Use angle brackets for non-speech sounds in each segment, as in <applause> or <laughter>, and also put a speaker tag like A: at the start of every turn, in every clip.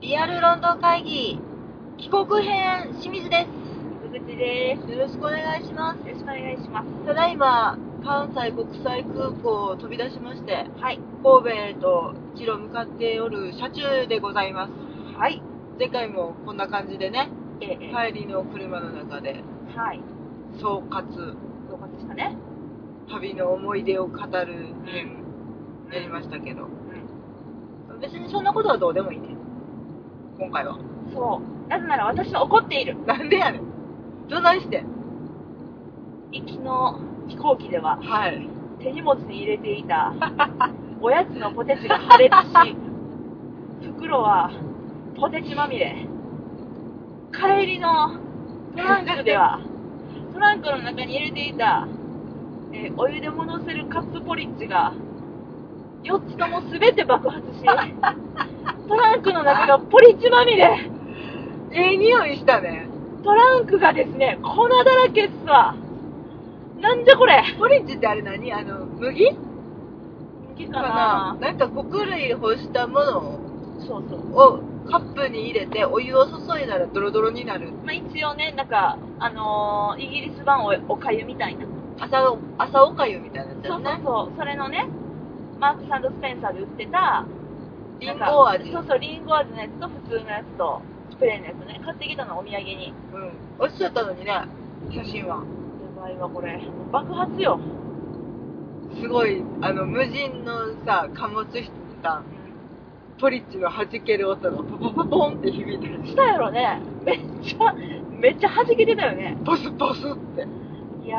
A: リアルロンドン会議帰国編清水です
B: 鈴口です。
A: よろしくお願いします
B: よろしくお願いします。
A: ただいま関西国際空港を飛び出しまして
B: はい。
A: 神戸へと一路向かっておる車中でございます
B: はい。
A: 前回もこんな感じでね
B: ええええ
A: 帰りの車の中で
B: はい。
A: 総括
B: よかったでしたね。
A: 旅の思い出を語る編やりましたけど
B: う
A: 別にそんなことはどうでもいいね今回は
B: ん。そう。なぜなら私は怒っている。
A: なんでやねんどないして
B: 行きの飛行機では
A: はい
B: 手荷物に入れていたおやつのポテチが破裂し、袋はポテチまみれ。帰りのトランクでは、トランクの中に入れていた、えーお湯で戻せるカップポリッジが4つとも全て爆発し、トランクの中がポリッチまみれ。
A: ええ匂いしたね
B: トランクがですね、粉だらけっすわ。なんじゃこれ。
A: ポリッジってあれ何あの麦か
B: いけか
A: な
B: な
A: なんか穀類干したもの
B: そうそう。
A: をカップに入れてお湯を注いだらドロドロになる
B: まあ、一応ね、なんか、あのーイギリス版おおかゆみたいな、
A: 朝お朝おかゆみたいなやつ
B: そ
A: よ
B: う
A: ね
B: そうそう、それのね、マークサンドスペンサーで売ってた、
A: リンゴ味
B: なんかそうそう、リンゴ味のやつと普通のやつと、プレーンのやつね、買ってきたの、お土産に。
A: うん落ちちゃったのにね写真は
B: やばいわ、これ、爆発よ。
A: すごいあの無人のさ貨物室さポリッジの弾ける音がポポポポンって響いたりし
B: したやろね、めっちゃ、めっちゃ弾けてたよね。
A: ボスボスって
B: いや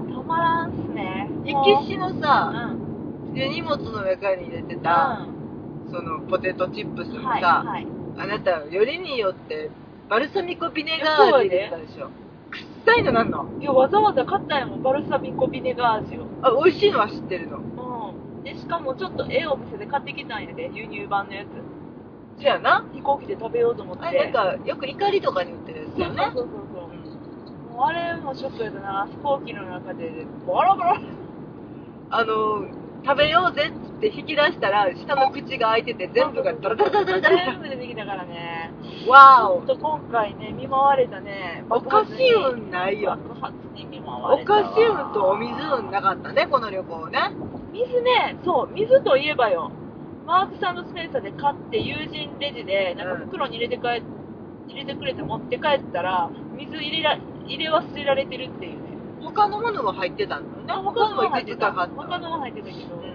B: ー、たまらんっすね。
A: 行き
B: し
A: しの
B: う
A: さ
B: ん。
A: 手荷物の中に入れて
B: うん。
A: た、
B: は
A: そのポテトチップスもさ、
B: い、はい。
A: あなたよりによってバルサミコビネガー味入れてたでしょくっさいのなんの
B: いや、わざわざ買ったんやもん、バルサミコビネガー味を。
A: あ美味しいのは知ってるの
B: うん、でしかもちょっとええお店で買ってきたんやで輸入版のやつ
A: そやな
B: 飛行機で食べようと思って
A: あれなんかよく怒りとかに売ってるやつ
B: そう
A: だ
B: そう
A: よね
B: そうそうもうあれもショックやったな飛行機の中でボロボロ
A: あの食べようぜっつって引き出したら下の口が開いてて全部がダラダラダラダラ
B: 全部出てきたからね
A: わ
B: ちょっと今回ね見舞われたね
A: おおかしい
B: 爆発
A: 運ない
B: に
A: よ
B: 爆発に見舞わ
A: お
B: れたわ
A: かしい運とお水運なかったねこの旅行ね
B: 水ねそう水といえばよマークサンドスペンサーで買って友人レジでなんか袋に入れて帰っ入れてくれて持って帰ったら水入れら入れ忘れられてるっていうね
A: 他のものは入ってたんだよね他のもいくつか買った
B: 他のも入ってたけど、
A: うん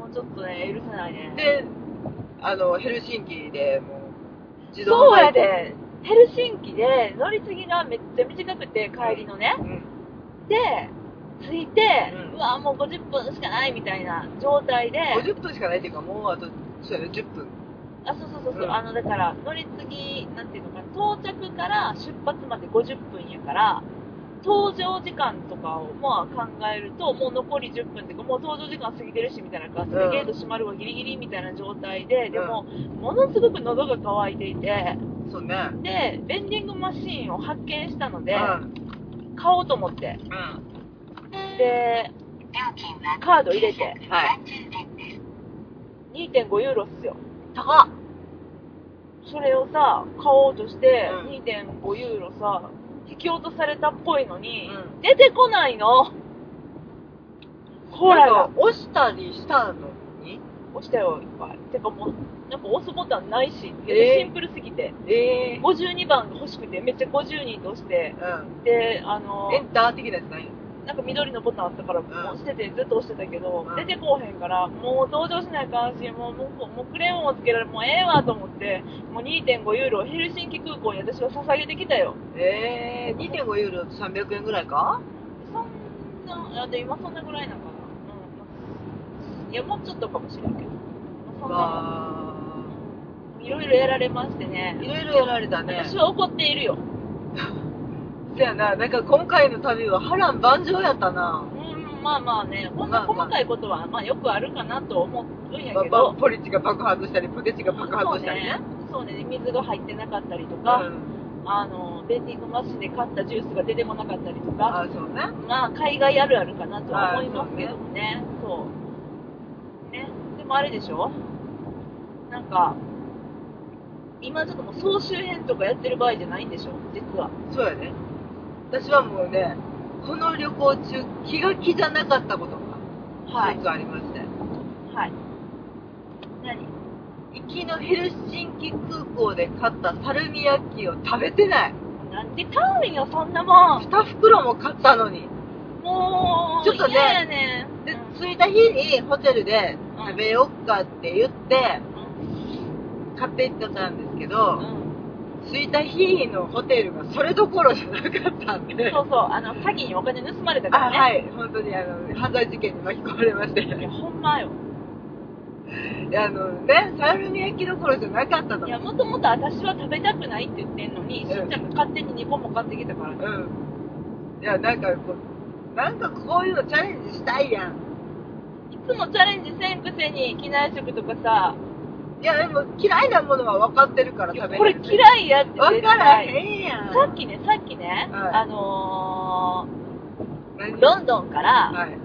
B: もうちょっとね許せないね
A: であのヘルシンキでもう自動
B: そうや
A: 配達
B: でヘルシンキで乗り継ぎがめっちゃ短くて帰りのね、
A: うん
B: で着いて、
A: う
B: うんわもう50分しかないみたいな状態で
A: 50分しかないっていうかもうあとそうやね10分
B: あそうそうそうそう、
A: うん
B: あのだから乗り継ぎなんていうのかな到着から出発まで50分やから搭乗時間とかをまあ考えるともう残り10分っていうかもう搭乗時間過ぎてるしみたいな感じで、
A: うん
B: ゲート閉まるわギリギリみたいな状態でで
A: うん
B: も、ものすごく喉が渇いていて
A: そうね
B: でベンディングマシーンを発見したので、
A: うん
B: 買おうと思って
A: うん
B: でカード入れて
A: はい
B: 2.5ユーロっすよ
A: 高っ
B: それをさ買おうとして、
A: うん
B: 2.5ユーロさ引き落とされたっぽいのに、
A: うん
B: 出てこないのほ
A: ほ
B: ら
A: ら
B: が
A: 押したりしたのに
B: 押したよいっぱいてかもうなんか押すボタンないし、
A: えー
B: シンプルすぎて
A: ええ
B: 52番が欲しくてめっちゃ50人と押して
A: うん
B: であの
A: エンター的なやつない
B: なんか緑のボタンあったから、
A: ん
B: もうしててずっと押してたけど、
A: うん
B: 出てこうへんからもう登場しないかんしもうもうもうクレームをつけられもうええわと思ってもう2.5ユーロをヘルシンキ空港に私は捧げてきたよ
A: ええ2.5ユーロと300円ぐらいか
B: そんな、あで今そんなぐらいなのかな。うん。いや、もうちょっとかもしれんけど。そんな
A: わ
B: もん、いろいろやられましてね
A: ー。いろいろやられたね
B: 私は怒っているよ。
A: そやななんか今回の旅は波乱万丈やったな
B: うん、まあまあね、こんな
A: まあまあ
B: 細かいことは、まあよくあるかなと思うんや
A: バ
B: け
A: バ
B: ど。
A: ポリチが爆発したりポテチが爆
B: そう
A: 発したり
B: ね
A: ね。
B: そうね、水が入ってなかったりとか、
A: うん
B: あの、ベンディングマシンで買ったジュースが出てこなかったりとか、
A: あそうね
B: まあ海外あるあるかなとは思いますけどもね、そうねでもあれでしょなんか今ちょっともう総集編とかやってる場合じゃないんでしょ実は
A: そうやね。私はもうね、この旅行中、気が気じゃなかったことが一つありまして、
B: はい何
A: 行きのヘルシンキ空港で買ったサルミヤッキを食べてない。
B: なんで買うんよそんなもん
A: 2袋も買ったのに。
B: もう
A: ちょっとね
B: 嫌やねん
A: で
B: う、ん
A: 着いた日にホテルで食べよっかって言って、買っていってたんですけ
B: う
A: ど、
B: ん
A: 着いた日のホテルがそれどころじゃなかったんで、
B: そうそう、あの、詐欺にお金盗まれた
A: あ
B: からね。
A: はい、本当にあの犯罪事件に巻き込まれまして、
B: い
A: い
B: や、ほんまよ。
A: やあのね、サルミヤッキどころじゃなかったと
B: い。や、もともと私は食べたくないって言ってんのに、
A: うん
B: しんちゃんが勝手に2個も買ってきたからね。
A: うん。いや、なんかこう、なんかこういうのチャレンジしたいやん。
B: いつもチャレンジせんくせに、機内食とかさ、
A: いや、でも嫌いなものは分かってるから
B: いや
A: 食べ
B: これ
A: い
B: 嫌いやって
A: 分
B: 絶
A: からへ
B: 対。
A: んやん。
B: さっきね、さっきね、
A: はい
B: あの
A: 何
B: ー、ロンドンから
A: はい。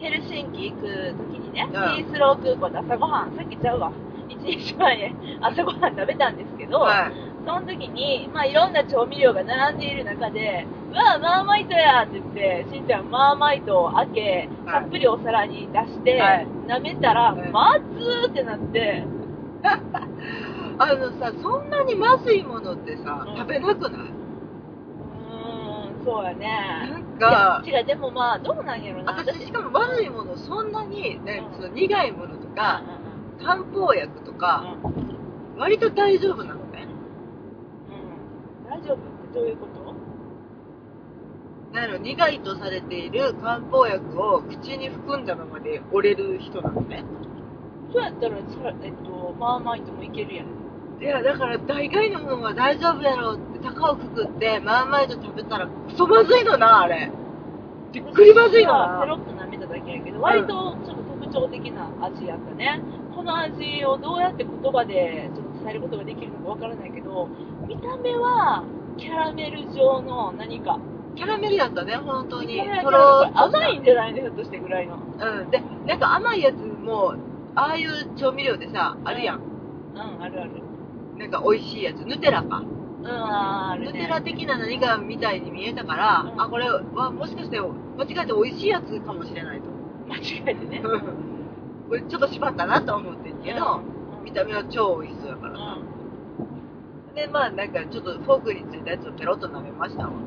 B: ヘルシンキ行く時にね、
A: ん
B: ヒースロー空港で朝ごはん、さっきちゃうわ。1日前に朝ごはん食べたんですけど、
A: はい。
B: その時に、まあ、いろんな調味料が並んでいる中で、うわ、マーマイトやって言って、しんちゃん、マーマイトを開け、
A: はい
B: たっぷりお皿に出して、
A: はい
B: 舐めたら、
A: はい
B: まずーってなって、
A: あのさ、そんなにまずいものってさ
B: うん、
A: 食べなくないう
B: ーん、そうやね。
A: なん
B: いや
A: か、
B: 違う、でもまあ、どうなんやろな。
A: 私しかもまずいもの、そんなに、ね
B: うん
A: その苦いものと
B: うん
A: か、漢方薬とか、
B: うんうん
A: 割と大丈夫なのね。
B: うん大丈夫ってどういうこと
A: なの苦いとされている漢方薬を口に含んだままで折れる人なのね。
B: そうやったら、そらえっと、マーマイトもいけるやん。
A: いや、だから大概のものは大丈夫やろうって、高をくくって、マーマイト食べたら、クソまずいのな、あれ。びっくりまずいの
B: はペ
A: な。
B: ロッと舐めただけやけど、割とちょっと特徴的な味やったね。この味をどうやって言葉でちょっと伝えることができるのかわからないけど、見た目はキャラメル状の何か。
A: キャラメルやったね、本当に
B: キャラメ。ル
A: とろーっとした
B: 甘いんじゃないのひょっとしてぐらいの。う
A: うん。で、なんか甘いやつも、ああいう調味料でさ、あるやん。
B: ん、あるある。
A: なんか美味しいやつ。ヌテラか。
B: うん、ある
A: ヌ
B: ね。
A: テラ的な何かみたいに見えたから、
B: うん
A: あ、これはもしかして間違えて美味しいやつかもしれないと。
B: 間違えてね。
A: <laughs> これちょっと縛ったなと思ってんけど、見た目は超美味しそうやか
B: う
A: ら
B: ん、
A: さ。で、まあなんかちょっとフォークについたやつをペロッと舐めましたわ。
B: うん、う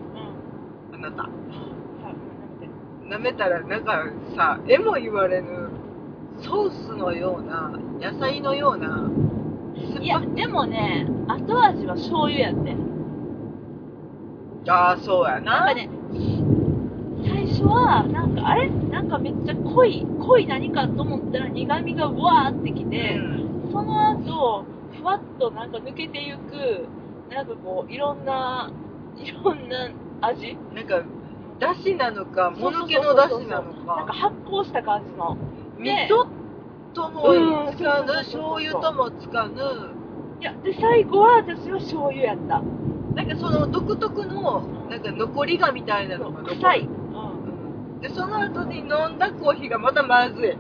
B: ん。
A: あなた。
B: さあ、なんて
A: 舐めたらなんかさ、絵も言われぬ、ソースのような、野菜のような、酸っ
B: いや、でもね、後味は醤油やって。
A: ぱああ、そうや
B: なん
A: な。
B: かね、最初は、なんかあれなんかめっちゃ濃い、濃い何かと思ったら苦味がうわーってき
A: う
B: て、
A: ん。
B: その後、ふわっとなんか抜けてゆく、なんかこう、いろんな、いろんな味
A: なんか、だしなのか、もぬけの
B: そう
A: だ
B: そうそうそう
A: しなの
B: なんか発酵した感じの。
A: みちょっともつか
B: う
A: ぬ、
B: ん
A: 醤油ともつかぬ、
B: いや、で、最後は私は醤油やった。
A: なんかその独特の、なんか残りがみたいなのが残る
B: 臭い。。うん
A: うんで、その後に飲んだコーヒーがまたまずい。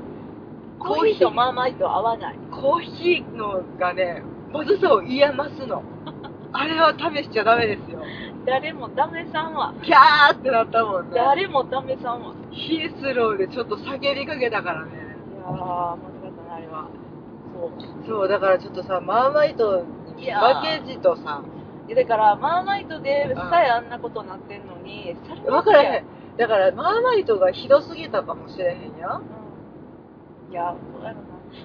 B: コーヒーとマーマイト合わない。
A: コーヒーのがね、まずさを癒やます
B: <laughs>
A: の。あれは試しちゃダメですよ。
B: 誰もダメさんは。
A: キャーってなったもんね。
B: 誰もダメさんは。
A: ヒースローでちょっと叫びかけたからね。
B: いやー、まずかったな、あれは。そう。
A: そう、だからちょっとさ、マーマイト
B: い
A: に
B: や
A: 負け
B: ー
A: じとさ、
B: いやだから、マーマイトでさえあんなことなってんのに、され
A: わからへ
B: ん。
A: ん。だから、マーマイトがひどすぎたかもしれへんやん。
B: うんいや、そうやろな。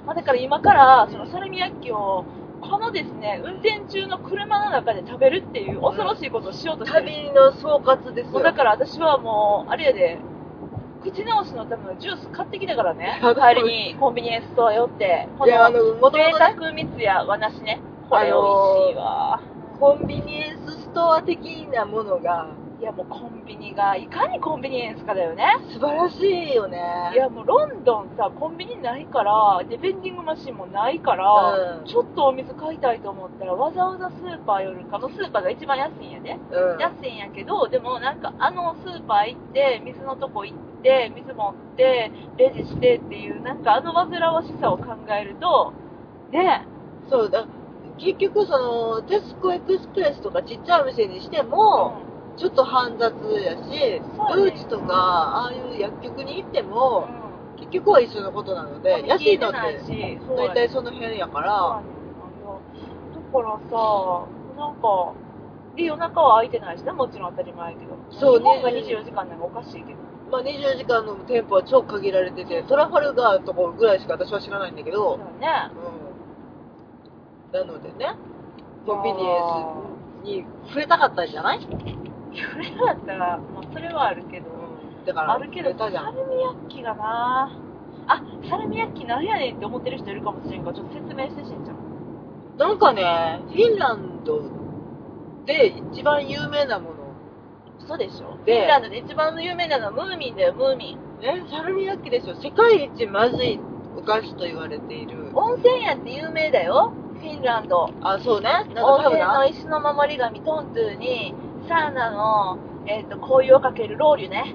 B: まあ、だから今から、そのサルミヤッキを、このですね、運転中の車の中で食べるっていう恐ろしいことをしようとしてる。
A: 旅の総括です
B: も
A: よ
B: う。だから私はもう、あれやで、口直しのためのジュース買ってきたからね。
A: いや
B: 帰りにコンビニエンスストア寄って、こ
A: いや、あ
B: の、
A: の、もとも
B: 贅
A: とね、
B: 沢蜜や和梨ね。これ美味しいわ。
A: コンビニエンスストア的なものが
B: いやもうコンビニが、いかにコンビニエンスかだよね。
A: 素晴らしいよね。
B: いやもうロンドンさコンビニないからでベンディングマシンもないから、
A: うん
B: ちょっとお水買いたいと思ったらわざわざスーパー寄るかのスーパーが一番安いんやね、
A: うん、
B: 安いんやけどでもなんかあのスーパー行って水のとこ行って水持ってレジしてっていうなんかあの煩わしさを考えるとね
A: そうだ。結局そのテスコエクスプレスとかちっちゃいお店にしても、ちょっと煩雑やし、
B: ね
A: ルーチとかああいう薬局に行っても、結局は一緒のことなので
B: 安
A: 安
B: い
A: い
B: の
A: の
B: っ
A: ってて
B: しそう
A: 大体その辺やか
B: そうなんですよだから
A: ら
B: さ、なんか、で、夜中は空いてないしね、もちろん当たり前やけど。
A: そうね
B: 日本が24時間なんかおかしいけど。
A: まあ、24時間の店舗は超限られててトラファルガーとかぐらいしか私は知らないんだけ
B: そう
A: ど、
B: だね。
A: うん、なのでねコンビニエンスに触れたかったんじゃない、
B: それだったら、まあ、それはあるけど。
A: うん、だから
B: あるけど、
A: 触れ
B: サ
A: たじゃん
B: ルミヤッキがなあ、サルミヤッキなんやねんって思ってる人いるかもしれんから、ちょっと説明してしんちゃん。
A: なんかねフィンランドで一番有名なもの
B: そうでしょ
A: で
B: フィンランドで一番有名なのはムーミンだよ、ムーミン。
A: ねサルミヤッキでしょ世界一まずいお菓子と言われている
B: 温泉やって有名だよ、フィンランド。
A: あそうねなんか
B: 温
A: 多分
B: 泉の
A: な
B: 石の守り神トントゥにサウナの、えー、と紅葉をかけるロウリュね、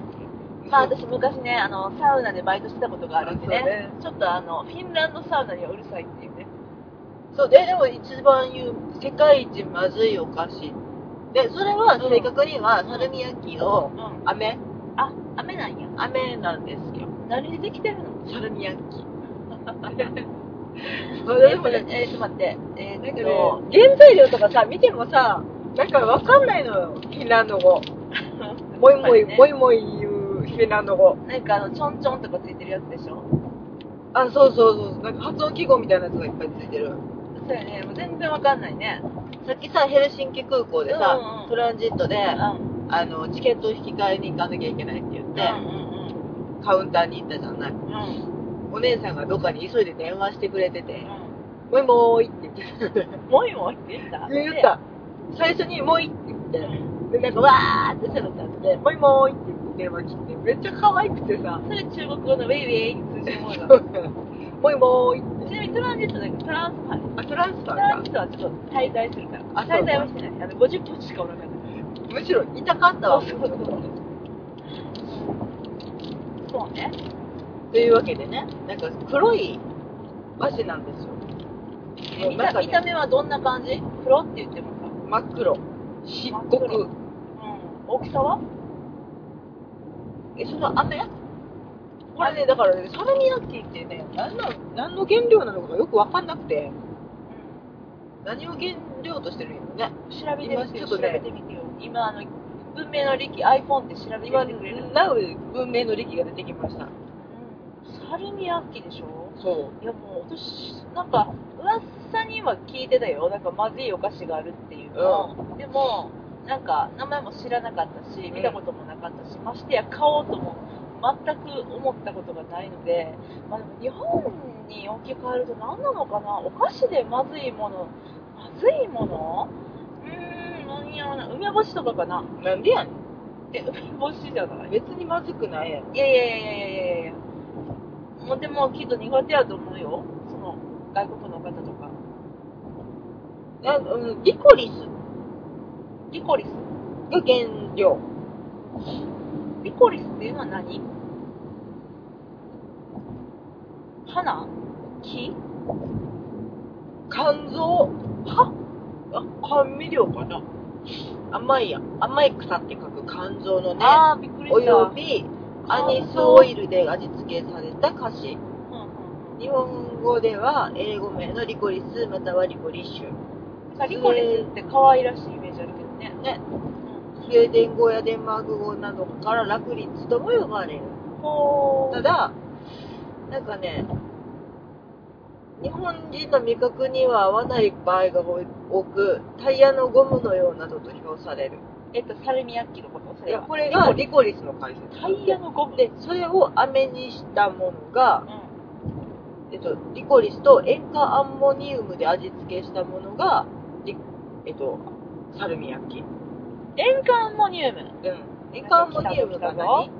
B: まあ、私昔ねあのサウナでバイトしてたことがあるんでね
A: あそう
B: ちょっとあのフィンランドサウナにはうるさいっていうね
A: そうででも一番言う世界一まずいお菓子でそれは正確にはサルミヤッキを
B: うん
A: 飴
B: あ雨なんや
A: 飴なんですよ
B: 何でできてるの
A: サルミヤッ
B: <laughs>
A: キ
B: え
A: で
B: ー
A: も
B: と
A: ね
B: えーと待ってえー
A: だけど
B: と
A: 原材料とかさ見てもさなんかわかんないのよフィンランド語もいもいも
B: い
A: いもい言うフィンランド語
B: なんかあのちょんちょんとかついてるやつでしょ
A: あそうそうそうなんか発音記号みたいなやつがいっぱいついてる
B: そうやねもう全然わかんないね
A: さっきさヘルシンキ空港でさ、
B: うんうん
A: トランジットで
B: うんうん
A: あのチケットを引き換えに行かなきゃいけないって言って、
B: うん
A: カウンターに行ったじゃない
B: うんうん
A: お姉さんがどっかに急いで電話してくれてて「もいもーい」って言って
B: もいもいって言った
A: 言った最初に「もうい」って
B: う
A: 言って
B: ん
A: でなんかわーって喋ったって「もいもーい」って言って電話切ってめっちゃ可愛くてさ
B: それ中国語のウェイウェイに通じるも
A: 「
B: のだ
A: <laughs> もいもーい
B: ちなみにトランジットだけどトランスファイ」
A: あトランスファ
B: ト
A: ー
B: ラ
A: が
B: ンジットはちょっと滞在するから
A: あそう
B: 滞在はしてないあの50分しかおらんかっ
A: むしろ痛かった
B: た
A: わ
B: そうそうそうそうね
A: というわけでねなんか黒い和紙なんですよ
B: え見た,、見た目はどんな感じ黒って言ってもさ、
A: 真っ黒漆
B: 黒
A: 黒
B: うん、大きさは
A: えその飴これねだからねサルミヤッキってね何の何の原料なのかがよく分かんなくて何を原料としてるんやろね
B: 調べてみて
A: 今ちょ
B: よ
A: っ
B: 調
A: とね
B: べてみてよ今あの文明の利器 iPhone って調べてみ
A: 今
B: てくれる
A: なう文明の利器が出てきました
B: うんサルミヤッキでしょ
A: そう
B: いやもう私なんか噂には聞いてたよなんかまずいお菓子があるっていうの、でもなんか名前も知らなかったし
A: ん
B: 見たこともなかったし、ましてや買おうとも全く思ったことがないので,、まあ、でも日本に置き換えると何なのかなお菓子でまずいものまずいものうーん何やろな梅干しとかかな
A: なんでやねん
B: え梅干しじゃない
A: 別にまずくないやん
B: いやいやいやいやいやいやいやもうでもきっと苦手やと思うよその外国の方とか
A: なうんリコリス
B: リコリス
A: が原料
B: リコリスっていうのは何花木
A: 肝臓はあ甘味料かな甘いや甘い草って書く肝臓のね
B: ああびっくり
A: お
B: した
A: よびアニスオイルで味付けされた菓子
B: うんうんうん
A: 日本語では英語名のリコリスまたはリコリッシュ
B: なんかリコリスって可愛らしいイメージあるけどね
A: ね
B: うん
A: スウェーデン語やデンマーク語などからラクリッツとも呼ばれる
B: ほ
A: た
B: う
A: だなんかね日本人の味覚には合わない場合が多くタイヤのゴムのようなどと評される
B: えっとサルミヤッキのことそ
A: い
B: れ
A: や
B: は
A: これ
B: リコ
A: が
B: リ
A: リコリスの解
B: ス
A: 説
B: タイヤのゴム
A: でそれを飴にしたものが
B: うん、
A: えっと、リコリスと塩化アンモニウムで味付けしたものが、リえっと、サルミヤッキ。うん。
B: 塩化アンモニウム
A: 塩化アンモニウムが
B: なん
A: 何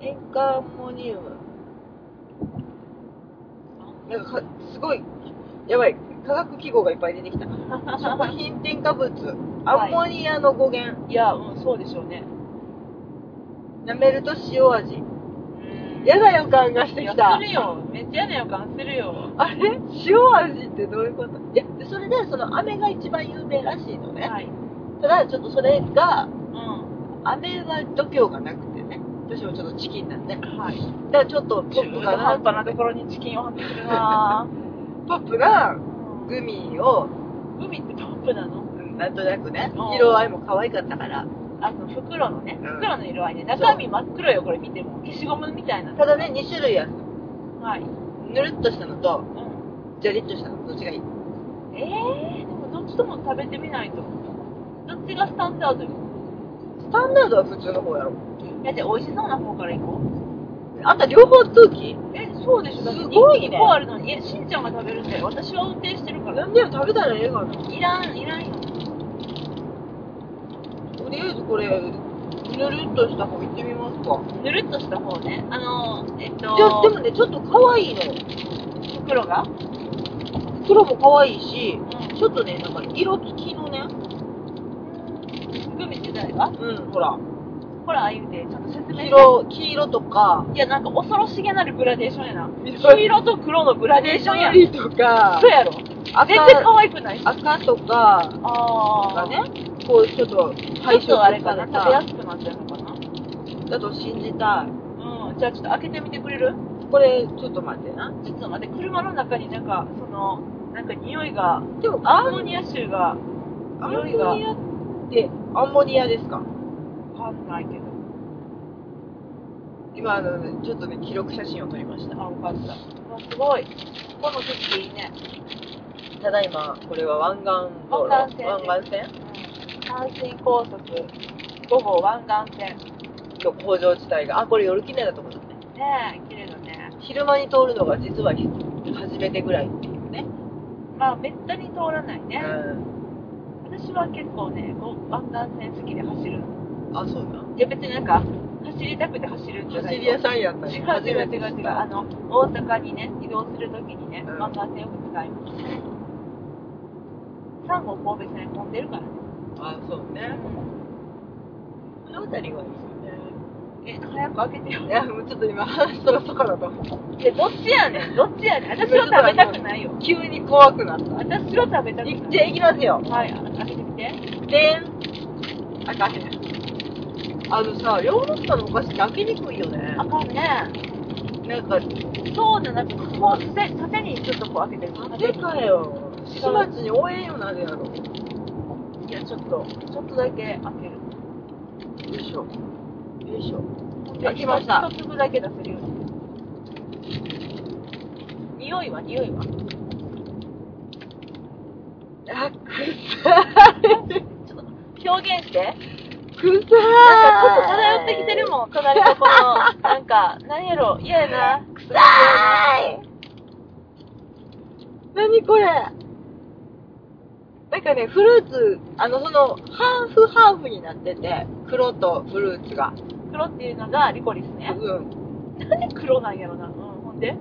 A: 塩化アンモニウム。なんかか、すごい、やばい、化学記号がいっぱい出てき <laughs> た。食品添加物、アンモニアの語源、
B: いやうんそうでしょうね
A: 舐めると塩味。
B: うん
A: 嫌な予感がしてき
B: いや
A: た
B: す。るよめっちゃ嫌な予感するよ
A: あれ塩味ってどういうこといや、でそれで、はその飴が一番有名らしいのね、
B: はい。
A: ただちょっとそれが
B: うん。
A: 飴は度胸がなくてね私もちょっとチキンなんでだか
B: はい。
A: らちょっとポッ
B: 中
A: プ
B: 途
A: かな
B: 半端なところにチキンを貼ってくるな <laughs> ぁ。
C: ポップな
B: うん
C: グミを、
B: 海ってポップなの
A: なんとなくね
B: うん
A: 色合いも可愛かったから
B: あの袋のね、
A: うん
B: 袋の色合いね、中身真っ黒よ、これ見ても。消しゴムみたいな。
A: ただね、2種類ある
B: はい。
A: ぬるっとしたのと
B: うん。
A: ジャリッとしたのどっちがいい
B: えー、でもどっちとも食べてみないと。どっちがスタンダードよ。
A: スタンダードは普通の方やろ
B: だって美味しそうな方から行こう。
A: あんた両方空気
B: え、そうでしょ、だって
A: すごいね
B: 一個あるのに。いや、しんちゃんが食べるんだよ。私は運転してるから。
A: なんでよ食べたらええがない
B: らん、いらんよ。
A: とりあえずこれぬるっとした方行ってみますか
B: ぬるっとした方ね。あの、えっと、
A: いやでもねちょっと可愛いの
B: 袋が。
A: 黒も可愛いし
B: う
A: ちょっとねなんか色付きのね
B: ん。グミ自体は
A: うんほら
B: ほら、ああいうて、ちゃんと説明して。
A: 色黄色とか
B: いや、なんか恐ろしげなるグラデーションやな。
A: 緑
B: 黄色と黒のグラデーションやん。
A: 緑とか
B: そうやろ。
A: 赤
B: 全然可愛くないし。
A: 赤とか
B: あ
A: がねこうちょっと
B: ちょ
A: 配
B: っ
A: 色
B: とあれか
A: さ
B: な。
A: れ
B: 食べや
A: た
B: すくなってるのかな。
A: だと信じたい
B: うん。じゃあちょっと開けてみてくれる
A: これちょっと待ってな
B: ちょっと待って、車の中になんか、その、なんか匂いが、
A: でも
B: ア
A: ア
B: ンモニア臭が、
A: アンモ
B: 匂い
A: ニ
B: が
A: アってアンモニアですか
B: わかんないけど。
A: 今あのちょっとね記録写真を撮りました
B: あ、よかった。うわすごい。ここの景色いいね。
A: ただいまこれは湾岸道
B: 湾
A: 路
B: 岸線
A: 湾岸線
B: 阪神高速5号湾岸線
A: の工場地帯があこれ夜綺麗なとこだね
B: ねえ綺麗だね
A: 昼間に通るのが実は初めてぐらいっていうね、
B: まあめったに通らないね、
A: う
B: 私は結構ねこう湾岸線好きで走るの
A: ん、あそうない
B: や別になんか走りたくて走るんじゃない
A: 走り屋さんやった
B: 違
A: ね
B: う違う違う
A: 知
B: 違う
A: た
B: あの大阪にね移動するときにね
A: うん
B: 湾岸線よく使います3号神戸線飛んでるからね、
A: あそうねこの辺りはいいですよ
B: え早く開けてよ
A: ねいやもうちょっと今話そらそらだと思う
B: でどっちやねんどっちやねん私は食べたくないよ
A: 急に怖くなった
B: 私は食べたくない
A: いじゃあ行きますよ
B: はい開けてみて
A: でん開かへんあのさヨーロッパのお菓子って開けにくいよね
B: あかんね
A: なんか
B: そうねなんかこう縦縦にちょっとこう開けてる
A: 世界よ始末に応援よなるやろよ
B: いやちょっとちょっとだけ開ける
A: いしょよいしょ
B: 開
A: 開きました
B: 一粒だけ出せるように匂いは匂いはち
A: あ臭
B: <laughs>
A: い
B: ょっと表現して
A: 臭い
B: なんかちょっと漂ってきてるもん隣のこのなんかなんやろ嫌やな
A: 臭い何これなんかね、フルーツ、あの、その、ハーフハーフになってて、黒とフルーツが。
B: 黒っていうのがリコリスね
A: うん。
B: なんで黒なんやろなうんほんで、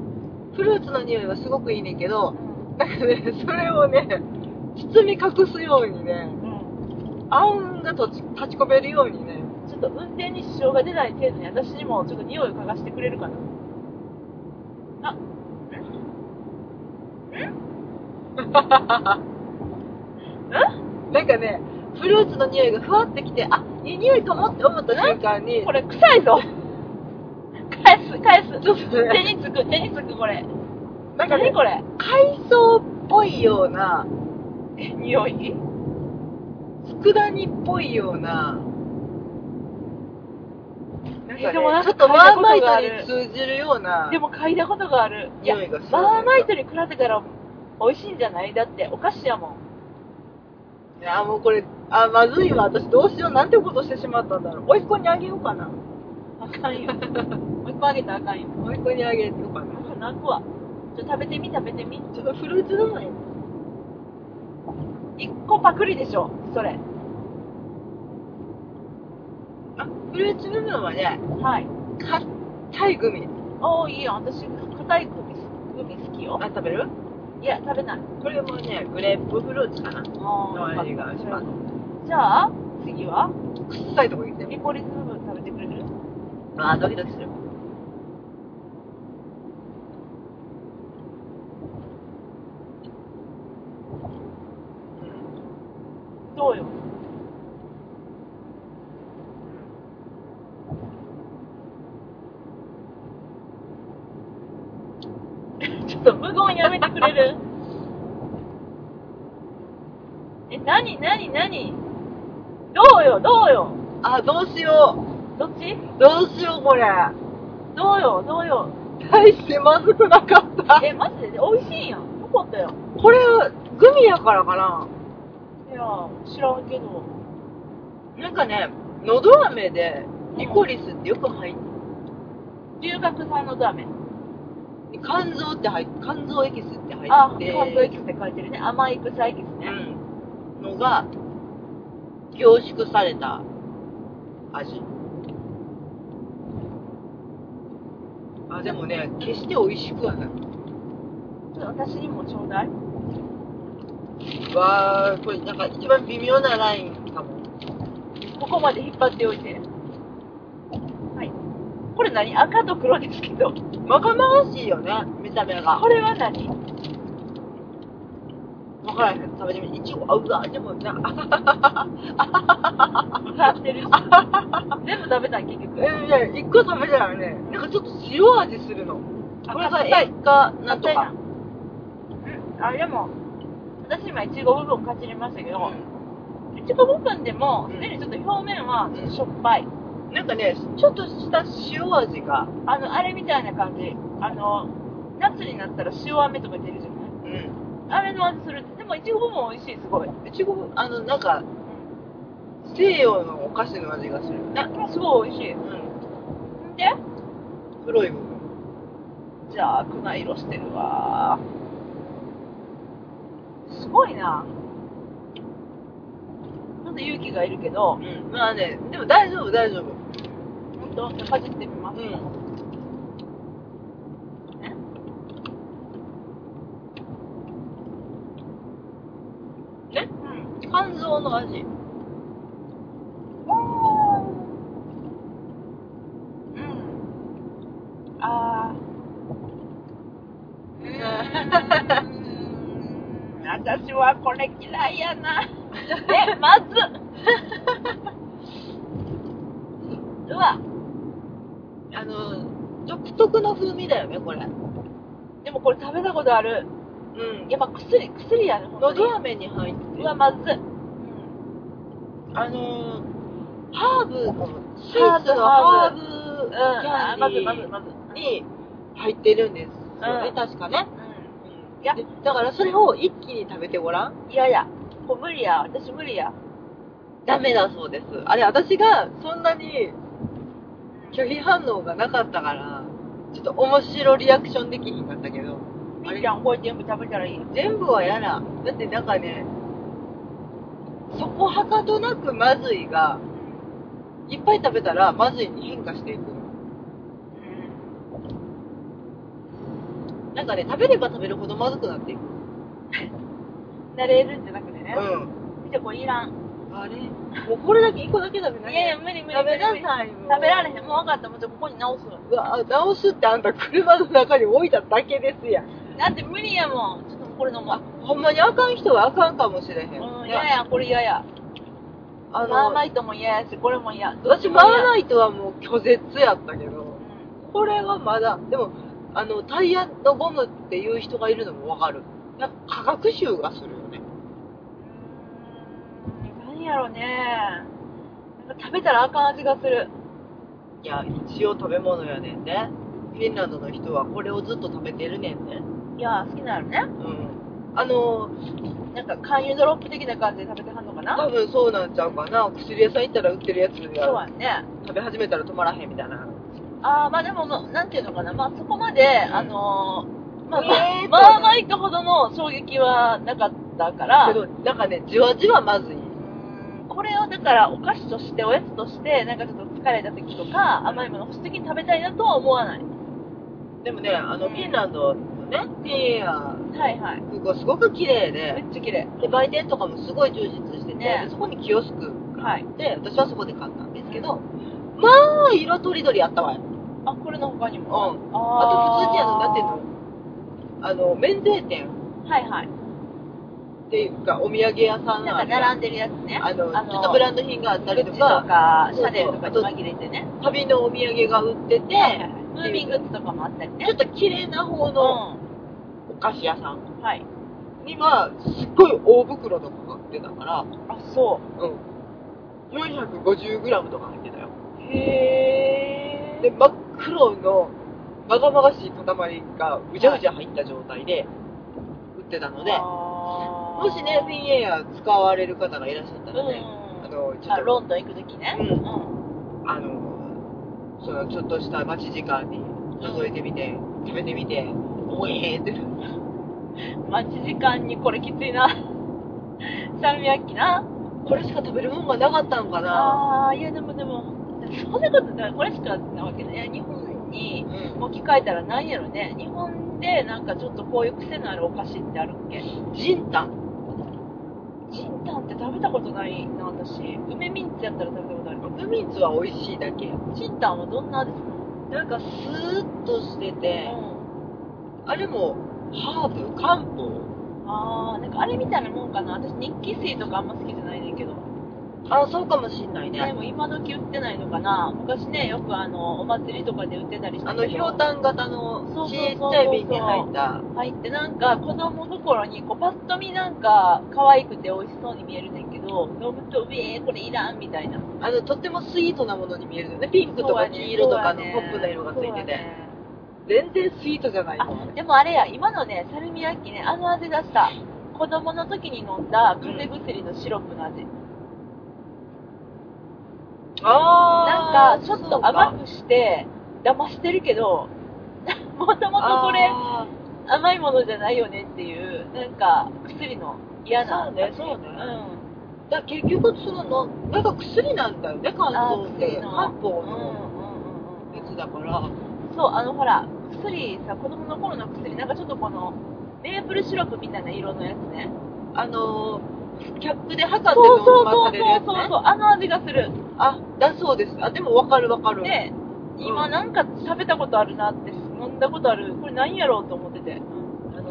A: フルーツの匂いはすごくいいねんけど、なんかね、それをね、包み隠すようにね、
B: うん
A: 暗雲がとち立ち込めるようにね、
B: ちょっと運転に支障が出ない程度に私にもちょっと匂いを嗅がしてくれるかなあ
A: なんかね、フルーツの匂いがふわってきて、あ、いい匂いかもって思った瞬間に、
B: <laughs> これ臭いぞ返す返す
A: ちょっと
B: 手
A: ね、
B: につく手につくこれ
A: なんか
B: 何
A: ね、
B: これ
A: 海藻っぽいような、
B: え匂い
A: 佃煮っぽいような、なんかね
B: えでもなん
A: ち
B: か
A: ょっとマーマイ
B: 嗅いだことがあ
A: ト
B: る
A: に通じるような
B: でも嗅いだことがあるいや
A: 匂いがする。
B: マーマイトに比べたら美味しいんじゃないだってお菓子やもん
A: いや、もうこれ、あ、まずいわ。私どうしよう。なんてことしてしまったんだろう。おいっ子にあげようかな。
B: あ
A: <laughs>
B: かんよもう一個あげたらあかんよ
A: おいっ子にあげようかな。
B: 泣くわちょっと食べてみ食べてみ
A: ちょっとフルーツなのよ。
B: 一個パクリでしょそれ
A: あ、フルーツ部分はね、
B: はい
A: 硬いグミ。
B: おーいいよ私硬いグミグミ好きよ
A: あ、食べる
B: いや食べない
A: これもね、グレープフルーツかな。の
B: あ
A: 味がします。
B: じゃあ次は
A: 臭いとこ行って
B: リ
A: み。
B: コリス部分食べてくれる
A: あー、ドキドキする。
B: そうよ。ちょっと無言やめてくれるえ、なになになにどうよ、どうよ。
A: あ、どうしよ
B: どっち
A: う。どうしよう、これ。
B: どうよ、どうよ。
A: 大してまずくなかった。
B: え、マジで美味しいやん。よかったよ。
A: これ、グミやからかな。
B: いや、知らんけど。
A: なんかね、のど飴でリコリスってよく入っ
B: 留学さんのダメ。
A: て、肝臓って入っ肝臓エキスって入
B: あ、
A: って、
B: カントエキスって書いてるね。甘い草エキスね。
A: うん、のが凝縮された味。あ、でもね、決して美味しくはない。
B: ちょっと私にもちょうだい。
A: わー、これなんか一番微妙なラインかも。
B: ここまで引っ張っておいて。はい。これ何赤と黒ですけど。
A: まかまわしいよね、見た目が
B: こ。れは何
A: わからへん、食べてみて。いちご、あ、うわ、でもな、あ、
B: 腐ってるし。 <laughs> 全部食べたい結局。
A: え、ね、一個食べたらね、なんかちょっと塩味するの。
B: あ
A: これが
B: 硬い
A: 液化なんと
B: 硬いな
A: か。
B: うん。あ、でも、私今いちご部分かじりましたけど、
A: う
B: いちご部分でも、すでにちょっと表面はちょっとしょっぱい。
A: んなんかね、ちょっとした塩味が、
B: あの、あれみたいな感じ。あの、夏になったら塩飴とか出るじゃない
A: うん、
B: あれの味するって。でも、いちごも美味しい、すごい。
A: いちご、あの、なんか、西洋のお菓子の味がするね。
B: すごい美味しい。
A: うん、
B: んで
A: 黒い部分。
B: じゃあ、くな色してるわ。すごいな。ちょっと勇気がいるけど、
A: うん、まあね、でも大丈夫、大丈夫。
B: ほんと、かじってみます。
A: うん。
B: うん。
A: 肝臓の味。
B: うん。あー。うーん。私はこれ嫌いやな。え、まずっ <laughs> うわ。
A: あの、独特の風味だよね、これ。
B: でもこれ食べたことある。
A: うん
B: いや、まあ、薬、薬やね、ほんと
A: の
B: に。
A: ど飴に入って
B: う
A: る
B: わ、まずい。
A: あのー、ハーブの、スイスの
B: ハーブハ
A: ハ
B: ーブ
A: ーブ
B: うん。
A: キャ
B: あ
A: ン
B: まず
A: デ
B: い、
A: ィ
B: まずい、
A: ー
B: まずい。
A: に入ってるんですよね、
B: うん
A: 確かね。
B: う
A: うん
B: いや
A: でだからそれを一気に食べてごらん
B: ん。いやいや、これ無理や。私無理や。
A: ダメだそうですあれ私がそんなに拒否反応がなかったからちょっと面白リアクションできひんかったけど
B: みーちゃん、これ全部食べたらいい。
A: 全部はやだだってなんかねそこはかとなくまずいがいっぱい食べたらまずいに変化していくなんかね食べれば食べるほどまずくなっていく
B: 慣れるんじゃなくてね。
A: う
B: みーちゃん、これいらん。
A: んあれもうこれだけ一個だけ食べない
B: いやいや、無理無理。
A: 食べな
B: 無理無理
A: さいよ
B: 食べられへん。もう分かった。もうじゃあここに直すわ。
A: うわ直すってあんた車の中に置いただけですやん
B: だって無理やもん。ちょっともうこれ飲も
A: あほんまにあかん人はあかんかもしれへん、
B: う。うん、
A: ね
B: 嫌や、これ嫌や。
A: あ
B: マー
A: の
B: マイトも嫌やし、これも嫌。どっ
A: 私
B: ちも
A: マー
B: 嫌
A: ナイトはもう拒絶やったけ
B: う
A: ど
B: ん
A: これはまだでもあのタイヤのゴムっていう人がいるのもわかるなんか化学臭がするよね
B: うーん何やろねなんか食べたらあかん味がする
A: いや一応食べ物やねんねフィンランドの人はこれをずっと食べてるねんね
B: いや好きなのね
A: うんあの
B: なんか勧誘ドロップ的な感じで食べてはんのかな
A: 多分そうなんちゃうかな薬屋さん行ったら売ってるやつで
B: そうやね
A: 食べ始めたら止まらへんみたいな
B: ああまあでもまあなんていうのかなまあそこまで、あのー、まあ、
A: えーっと
B: マーマイトほどの衝撃はなかったから
A: けどなんかねじわじわまずいう
B: ーんこれをだからお菓子としておやつとしてなんかちょっと疲れた時とか甘いもの欲しい時に食べたいなとは思わない
A: でもねあのフィンランドのねフィンや
B: はいはい
A: 空港すごく綺麗
B: め
A: で
B: っちゃ綺麗
A: で売店とかもすごい充実してて、
B: ね
A: そこにキオスク
B: はい
A: で私はそこで買ったんですけどまあ色とりどりあったわよ
B: あこれの他にも、、
A: うんあと普通にあの
B: あ
A: なんていう
B: の
A: のあの免税店
B: はいはい。
A: っていうか、お土産屋さん
B: なんか並んでるやつね。
A: あの
B: あの
A: ちょっとブランド品があったり
B: グ
A: と
B: ッチと
A: か、
B: か、シ
A: そうそう
B: ャネルとかに紛れてね。
A: 旅のお土産が売ってて、
B: ムーミングッズとかもあったりね。
A: ちょっと綺麗な方の
B: う
A: お菓子屋さん
B: ん。はい。
A: には、すっごい大袋とかが売ってたから、
B: あ、そ
A: うん。450g とか入ってたよ。
B: う。へ
A: で、真っ黒の、まがまがしい塊がうじゃうじゃ入った状態で売ってたので、
B: も
A: もしね、フィンエア使われる方がいらっしゃったらね、あの、ちょ
B: あ、
A: っと、
B: ロンドン行くときね。
A: うん
B: ん。
A: あの、その、ちょっとした待ち時間に覗いてみて、食べてみて、おえーってなる
B: 待ち時間にこれきついな。 <laughs> サルミアッキな。
A: これしか食べるもんがなかったのかな
B: ああ、いやでもでも、そんなことない。これしかなわけね。いや日本に
A: うん。
B: 置き換えたらなんやろね。日本でなんかちょっとこういう癖のあるお菓子ってあるっけ
A: ジンタン。
B: ジンタンって食べたことないな、私。梅ミンツやったら食べたことある。
A: 梅ミンツは美味しいだけ。
B: ジンタンはどんな味するの
A: なんか、スーッとしてて、あれも、ハーブ、漢方。
B: ああ、なんかあれみたいなもんかな。私、日記水とかあんま好きじゃないねんけど。
A: あ、そうかもしんない
B: で。も今時売ってないのかな。昔ね、よくあの、お祭りとかで売ってたりした
A: あの、ひょうたん型の
B: そうそう
A: ち
B: そう
A: っ
B: そう
A: ちゃい瓶に入った。
B: 入ってなんか子供心にこうパッと見なんか可愛くて美味しそうに見えるねんけど飲むと「うえーこれいらん」みたいな
A: あの、とってもスイートなものに見えるよね。ピンクとか黄色とかのポップな色がついてて。全然スイートじゃない
B: あ
A: の。
B: でもあれや今のねサルミアッキねあの味出した子供の時に飲んだ風邪薬のシロップの味、な
A: あ
B: んかちょっと甘くして騙してるけど <laughs> もともとこれ甘いものじゃないよねっていうなんか薬の嫌な
A: そうね
B: 味
A: そうね
B: ん
A: だから結局そのななんか薬なんだよね漢
B: あ
A: 方
B: ー
A: って
B: 薬の
A: 漢方
B: うんうん
A: の
B: うんうん
A: やつだから、
B: そうあのほら薬さ子供の頃の薬なんかちょっとこのメープルシロップみたいな色のやつね
A: あのーキャップで測って
B: そうそ
A: 飲
B: うそ
A: ま
B: うそ
A: さ
B: う
A: れるやつ
B: そう
A: ね
B: そうあの味がする
A: あだそうですあでもわかるわかる
B: で今なんか食べたことあるなって飲んだことあるこれ何やろうと思っててうん、
A: あの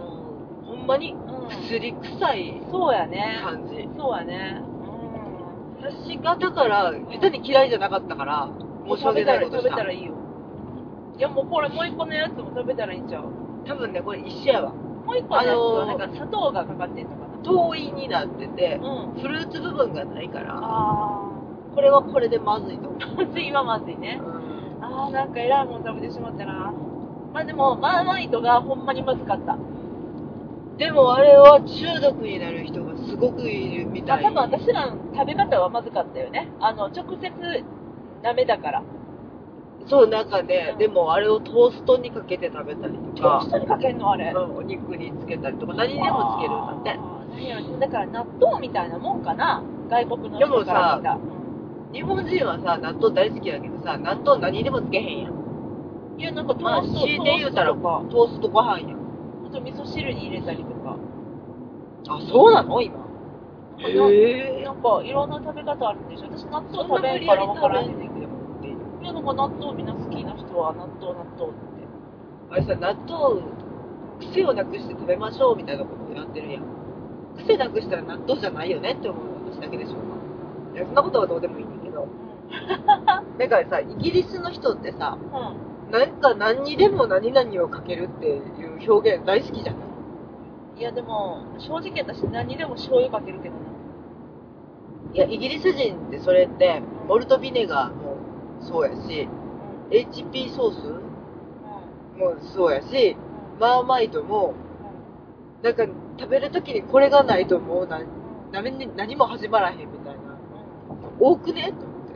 A: ーほんまに薬臭い
B: そうやね
A: 感じ、
B: そうやねうん
A: 私がだから下手に嫌いじゃなかったから申し
B: 食
A: 訳
B: べた
A: ない
B: ら
A: こと
B: 食
A: し
B: べ
A: た
B: たらいいよいやもうこれもう一個のやつも食べたらいいんちゃうも
A: 多分ねこれ一緒やわ
B: う一個のやつは
A: あ
B: な
A: の
B: ん
A: ー
B: か砂糖がかかってんのかな
A: 遠いになってて
B: うん
A: フルーツ部分がないから
B: あ
A: これはこれでまずいと思
B: あ次はまずいね
A: う、
B: ああなんか偉いもん食べてしまったなまあでもマーマイトがほんまにまずかった
A: でもあれは中毒になる人がすごくいるみ
B: ま
A: た
B: あ
A: い
B: 多分私らの食べ方はまずかったよねあの直接ダメだから
A: そうなんかね、
B: うん
A: でもあれをトーストにかけて食べたりと
B: トー
A: か
B: ストにかけんのあれ
A: うんお肉につけたりとか何にでもつけるんだって
B: 何やろだから納豆みたいなもんかな外国の人から見たうん
A: 日本人はさ納豆大好きだけどさ納豆何にでもつけへんやん
B: いやなんかト
A: ま
B: ー
A: あ
B: スト、
A: 強いて言うたら
B: トーストとか
A: トーストご飯やん
B: あと味噌汁に入れたりとか
A: あそうなの今
B: へ
A: え
B: なんかいろんな食べ方あるんでしょ私納豆
A: そん
B: 食
A: な
B: べ
A: 無
B: る
A: 理
B: か
A: や
B: ら
A: り
B: 分
A: 食
B: から
A: べ
B: へん
A: んねんけどっていう
B: いやなんか納豆みんな好きな人は納豆納豆って
A: あれさ納豆癖をなくして食べましょうみたいなことやってるやん癖なくしたら納豆じゃないよねって思う私だけでしょうかいやそんなことはどうでもいいんだけどだからさイギリスの人ってさ
B: うん、うん
A: なんか何にでも何々をかけるっていう表現大好きじゃない
B: いやでも正直私何にでも醤油かけるけどない
A: やイギリス人ってそれってモルトビネガーもそうやし HP ソースもそうやしマーマイトもなんか食べるときにこれがないともうな何に何も始まらへんみたいな多くねと思って、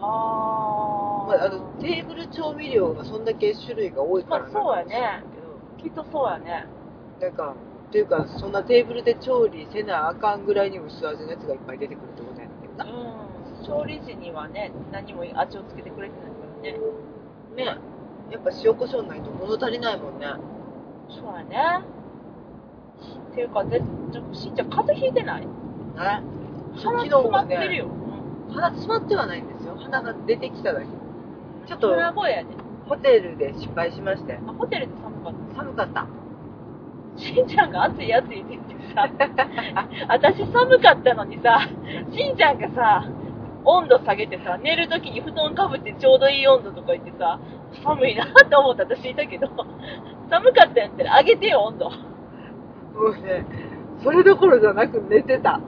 B: あ
A: ま
B: ー
A: あ、あのテーブル調味料がそんだけ種類が多いから
B: まあ
A: な
B: そうやね
A: かもしれんけど
B: きっとそうやね
A: なんか、っていうか、そんなテーブルで調理せなあかんぐらいに薄味のやつがいっぱい出てくるってことやねんけどな。
B: うん調理時にはね何も味をつけてくれてないからね
A: ねやっぱ塩コショウないと物足りないもんね。
B: そうやねっていうかぜちょしんちゃん風邪ひいてな
A: ね。
B: い鼻
A: 昨日
B: 詰ま
A: も
B: ってる
A: ね、
B: よ、うん
A: 鼻詰まってはないんですよ。鼻が出てきただけ。ちょっと
B: 鼻声やね
A: ホテルで失敗しまして。
B: あホテルで寒かっ
A: 寒かった。
B: しんちゃんが暑い暑いって言ってさ、 <laughs> 私寒かったのにさ、しんちゃんがさ、温度下げてさ、寝るときに布団かぶってちょうどいい温度とか言ってさ、寒いなって思った私いたけど、寒かったんやったら上げてよ、温度。
A: もうね、それどころじゃなく寝て <laughs> た。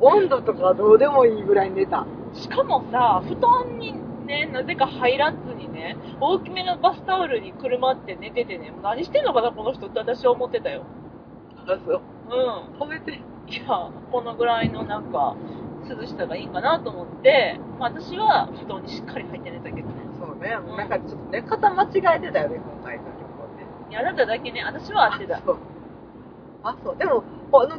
A: 温度とかどうでもいいぐらい寝た。
B: しかもさ、布団にね、なぜか入らずにね、大きめのバスタオルにくるまって寝ててね、もう何してんのかな、この人って私は思ってたよ。
A: あ、そう。
B: うん。
A: 褒めて。
B: いや、このぐらいのなんか、涼しさがいいかなと思って、まあ、私は布団にしっかり入って寝たけどね。
A: そうね、なんかちょっと寝方間違えてたよね、今回の旅行ね。
B: いや、あなただけね、私は合ってた。
A: そう。あ、そう。でも、あの、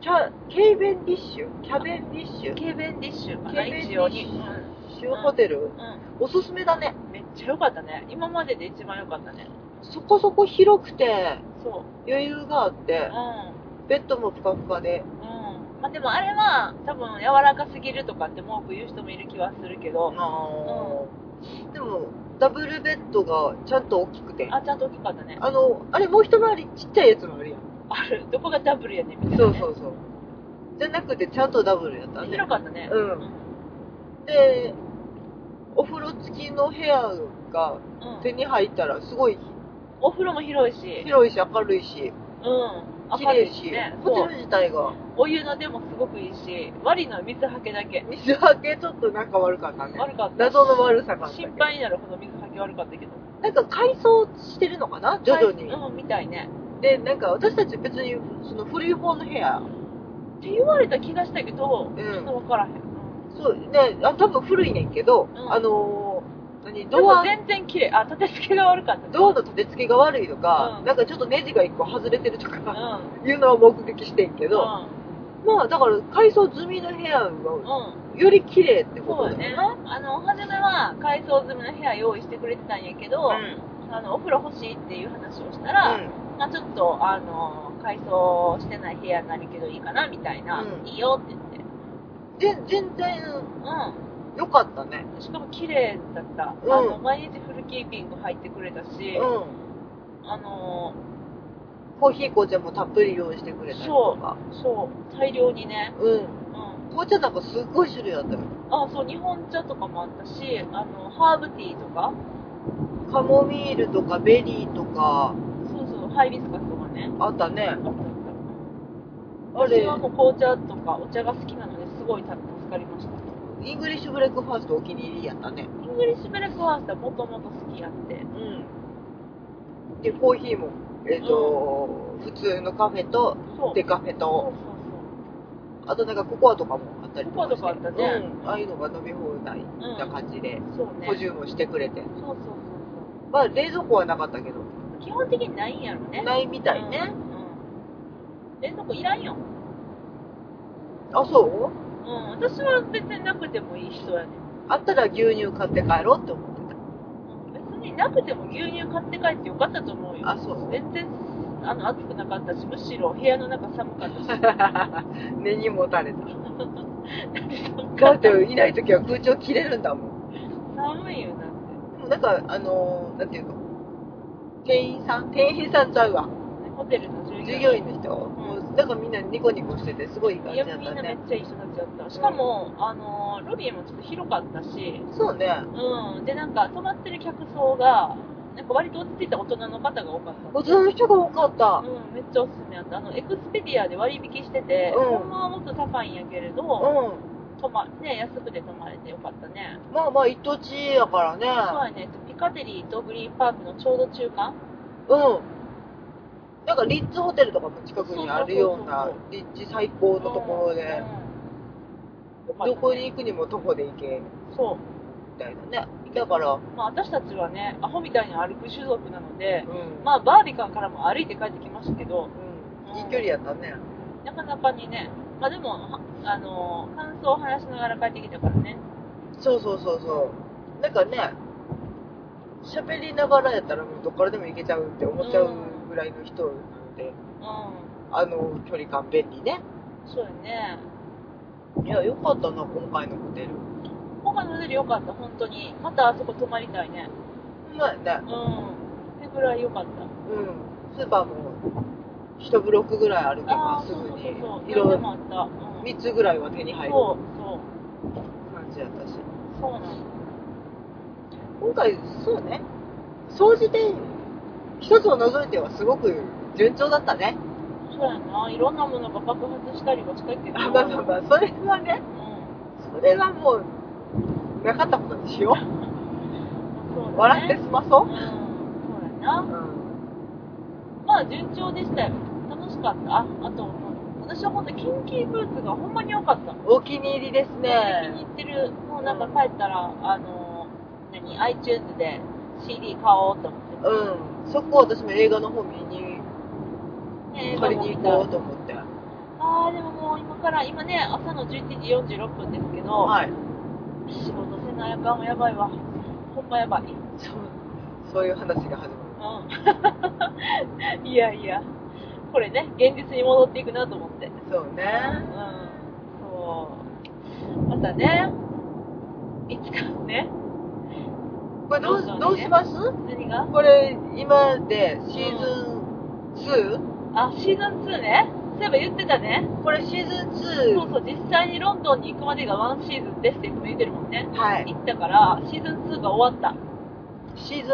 A: キャ、ケイベンディッシュキャベンディッシュ
B: 軽便ディッシュか
A: 軽
B: な、
A: 便ディッシュ
B: 一応に。うん。
A: 州ホテル、おすすめだね。
B: うんめっちゃ良かったね。今までで一番良かったね。
A: そこそこ広くて、
B: そう。
A: 余裕があって
B: う、ん。
A: ベッドもふかふかで。
B: うん。まあ、でもあれは、多分柔らかすぎるとかって文句言う人もいる気はするけど、
A: あーでも、ダブルベッドがちゃんと大きくて。
B: あ、ちゃんと大きかったね。
A: あの、あれ、もう一回りちっちゃいやつもあるやん。
B: ある。どこがダブルやねんみたいな、ね。
A: そうそうそう。じゃなくて、ちゃんとダブルやったね
B: 広。かったね。
A: う。
B: うん
A: で、お風呂付きの部屋が
B: うん
A: 手に入ったら、すごい
B: お風呂も広いし、
A: 広いし、明るいし、
B: うん。
A: 綺麗し、ホ
B: そ
A: テ
B: う
A: ル。自体が、
B: お湯の出もすごくいいし、割りの水はけだけ。
A: 水はけちょっとなんか悪かったね。
B: 悪かった。
A: 謎の悪さがあったけど
B: 心配になるほど水はけ悪かったけど。
A: なんか改装してるのかな徐々に。
B: うん、みたいね。
A: で、なんか私たち別に、その古い方の部屋、
B: って言われた気がしたけど、
A: うん
B: ちょっとわからへん。うん
A: そう、ね、あ多分古いねんけど、
B: うん
A: あのー、何、
B: でも
A: ドア、
B: 全然綺麗。あ、立て付けが悪かったね。
A: ドアの立て付けが悪いとか、
B: うん
A: なんかちょっとネジが一個外れてると
B: うん。
A: か、
B: うん。
A: いうのは目撃してんけど、まあだから改装済みの部屋は、
B: う
A: より綺麗って
B: ん。
A: こ
B: そ
A: と
B: う
A: だ
B: だ
A: よ
B: ね
A: な。。
B: あの、初めは改装済みの部屋用意してくれてたんやけど、あの、お風呂欲しいっていう話をしたら、まあ、ちょっと、あの、改装してない部屋になるけどいいかなみたいな、
A: うん
B: いいよって言って。
A: うん。で、全然
B: う
A: 良かったね。
B: ん。しかも綺麗だった。
A: うん
B: あの、毎日フルキーピング入ってくれたし、
A: うん。
B: あの、
A: コーヒー、紅茶もたっぷり用意してくれたりとか。
B: そう、大量にね、
A: うん。
B: うん。
A: 紅茶なんかすっごい種類あったよ。
B: あ、そう、日本茶とかもあったし、あの、ハーブティーとか、
A: カモミールとかベリーとか、
B: そうそう、ハイビスカスとかね。
A: あったね。
B: あったあっ
A: あ
B: た。私
A: れ、
B: はもう紅茶とかお茶が好きなのですごい助かりました。
A: イングリッシュブレックファーストお気に入りやったね。
B: イングリッシュブレックファーストはもともと好きやって。
A: うん。で、コーヒーも、えっ、と、普通のカフェと、
B: そう。
A: デカフェ
B: そう
A: と、
B: そう
A: あとなんかココアとかもあったりとかして。
B: ココアとかあったね
A: うん。ああいうのが飲み放題
B: うん
A: な感じで、
B: そう。そうね。
A: 補充もしてくれて。
B: そうそうそう
A: まあ、冷蔵庫はなかったけど、
B: そう。基本的にないんやろね。
A: ないみたいね。
B: うん。うん。冷蔵庫いらんよ。
A: あ、そう
B: うん。私は別になくてもいい人やね。
A: あったら牛乳買って帰ろうって思って
B: うん別になくても牛乳買って帰ってよかったと思うよ。
A: た。あ、そう。
B: 全然あの暑くなかったしむしろ部屋の中寒かったし <laughs>
A: 根に持たれた。
B: 寒
A: だ
B: かっ
A: っていないときは空調切れるんだもん。
B: 寒いよだって、
A: でもなんか、あのーなんていうの、店員さん店員さんちゃうわ。
B: ホテルの従業員
A: 従業員の人、もう、なんかみんなニコニコしてて、すごいいい感
B: い
A: じだ
B: や
A: っ
B: みんな
A: た
B: めっ
A: ね。
B: ちゃいい人たちだったしかも、あのロビーもちょっと広かったし
A: そうね。
B: うんでなんか泊まってる客層がなんか割と落ち着いた大人の方が多かった
A: 大人の人が多かった。
B: うん、めっちゃおすすめやったあのエクスペディアで割引してて、
A: うん
B: ほんまはもっと高いんやけれど、
A: う
B: 泊まね、安くで泊まれてよかったね、
A: ん。まあまあ、一等地やから
B: そう
A: ね。
B: やねピカデリーとグリーンパークのちょうど中間
A: うん。なんか、リッツホテルとかも近くにあるような
B: そうそうそ、
A: 立地最高のところで、
B: うん
A: どこに行くにも徒歩で行け、
B: そ
A: みたいなね。だから、
B: う、まあ、私たちはねアホみたいに歩く種族なので、
A: うん。
B: まあ、バービカンからも歩いて帰ってきましたけど
A: うん。いい距離やったね。
B: なかなかにね、まあ、でもはあのー感想を話しながら帰ってきたからね
A: そうそうそうそう。なんかね、喋りながらやったらもうどっからでも行けちゃうって思っちゃうぐらいの人なので、
B: うん
A: あの距離感便利ね。
B: そうよね
A: いや、よかったな、今回のホテル。
B: 今回のホテル良かった本当にまたあそこ泊まりたいね
A: ほんまやね
B: う。んってぐらい良かった
A: うん。スーパーも一ブロックぐらい歩けば
B: あー
A: す
B: そう
A: ぐ
B: そう
A: に
B: そうそう。
A: いろ
B: で
A: んな
B: もあった。うん
A: 3つぐらいは手に入る
B: そうそう。
A: 感じやったし
B: そうなの。
D: 今回そうね総じて一つを除いてはすごく順調だったね
B: そうやな。いろんなものが爆発したりはしたけど。
D: あまあまあまあそれはね
B: うん
D: それはもうなかったことにしよう
B: そうだね
D: 笑って済まそうう、
B: ん。そうやな。
D: うん、
B: まあ順調でしたよ。楽しかった。あ、あと、私はほんとキンキーブーツがほんまに良かった。
A: お気に入りです
B: 気に
A: ね
B: 入ってる。もうなんか帰ったら、あの、何、iTunes で CD 買おうと思って。
A: うんそこ私も映画の方見に
B: ね
A: 借りに行こうと思って
B: ああ、でももう今から、今ね、朝の11時46分ですけど、
A: はい
B: 仕事せなあかんもやばいわ。ほん <laughs> まやばい。
A: そうそういう話が始まる
B: うん。いやいや、これね、現実に戻っていくなと思って。
A: そうね
B: うん。そう。またね、いつかね、
A: これどうどうします
B: 何が
A: これ今でシーズン 2?、
B: あ、シーズン2ね。そういえば言ってたね。
A: これシーズン
B: そ
A: 2?
B: うそう、実際にロンドンに行くまでがワンシーズンですっていつも言ってるもんね。
A: はい
B: 行ったから、シーズン2が終わった。
A: シーズン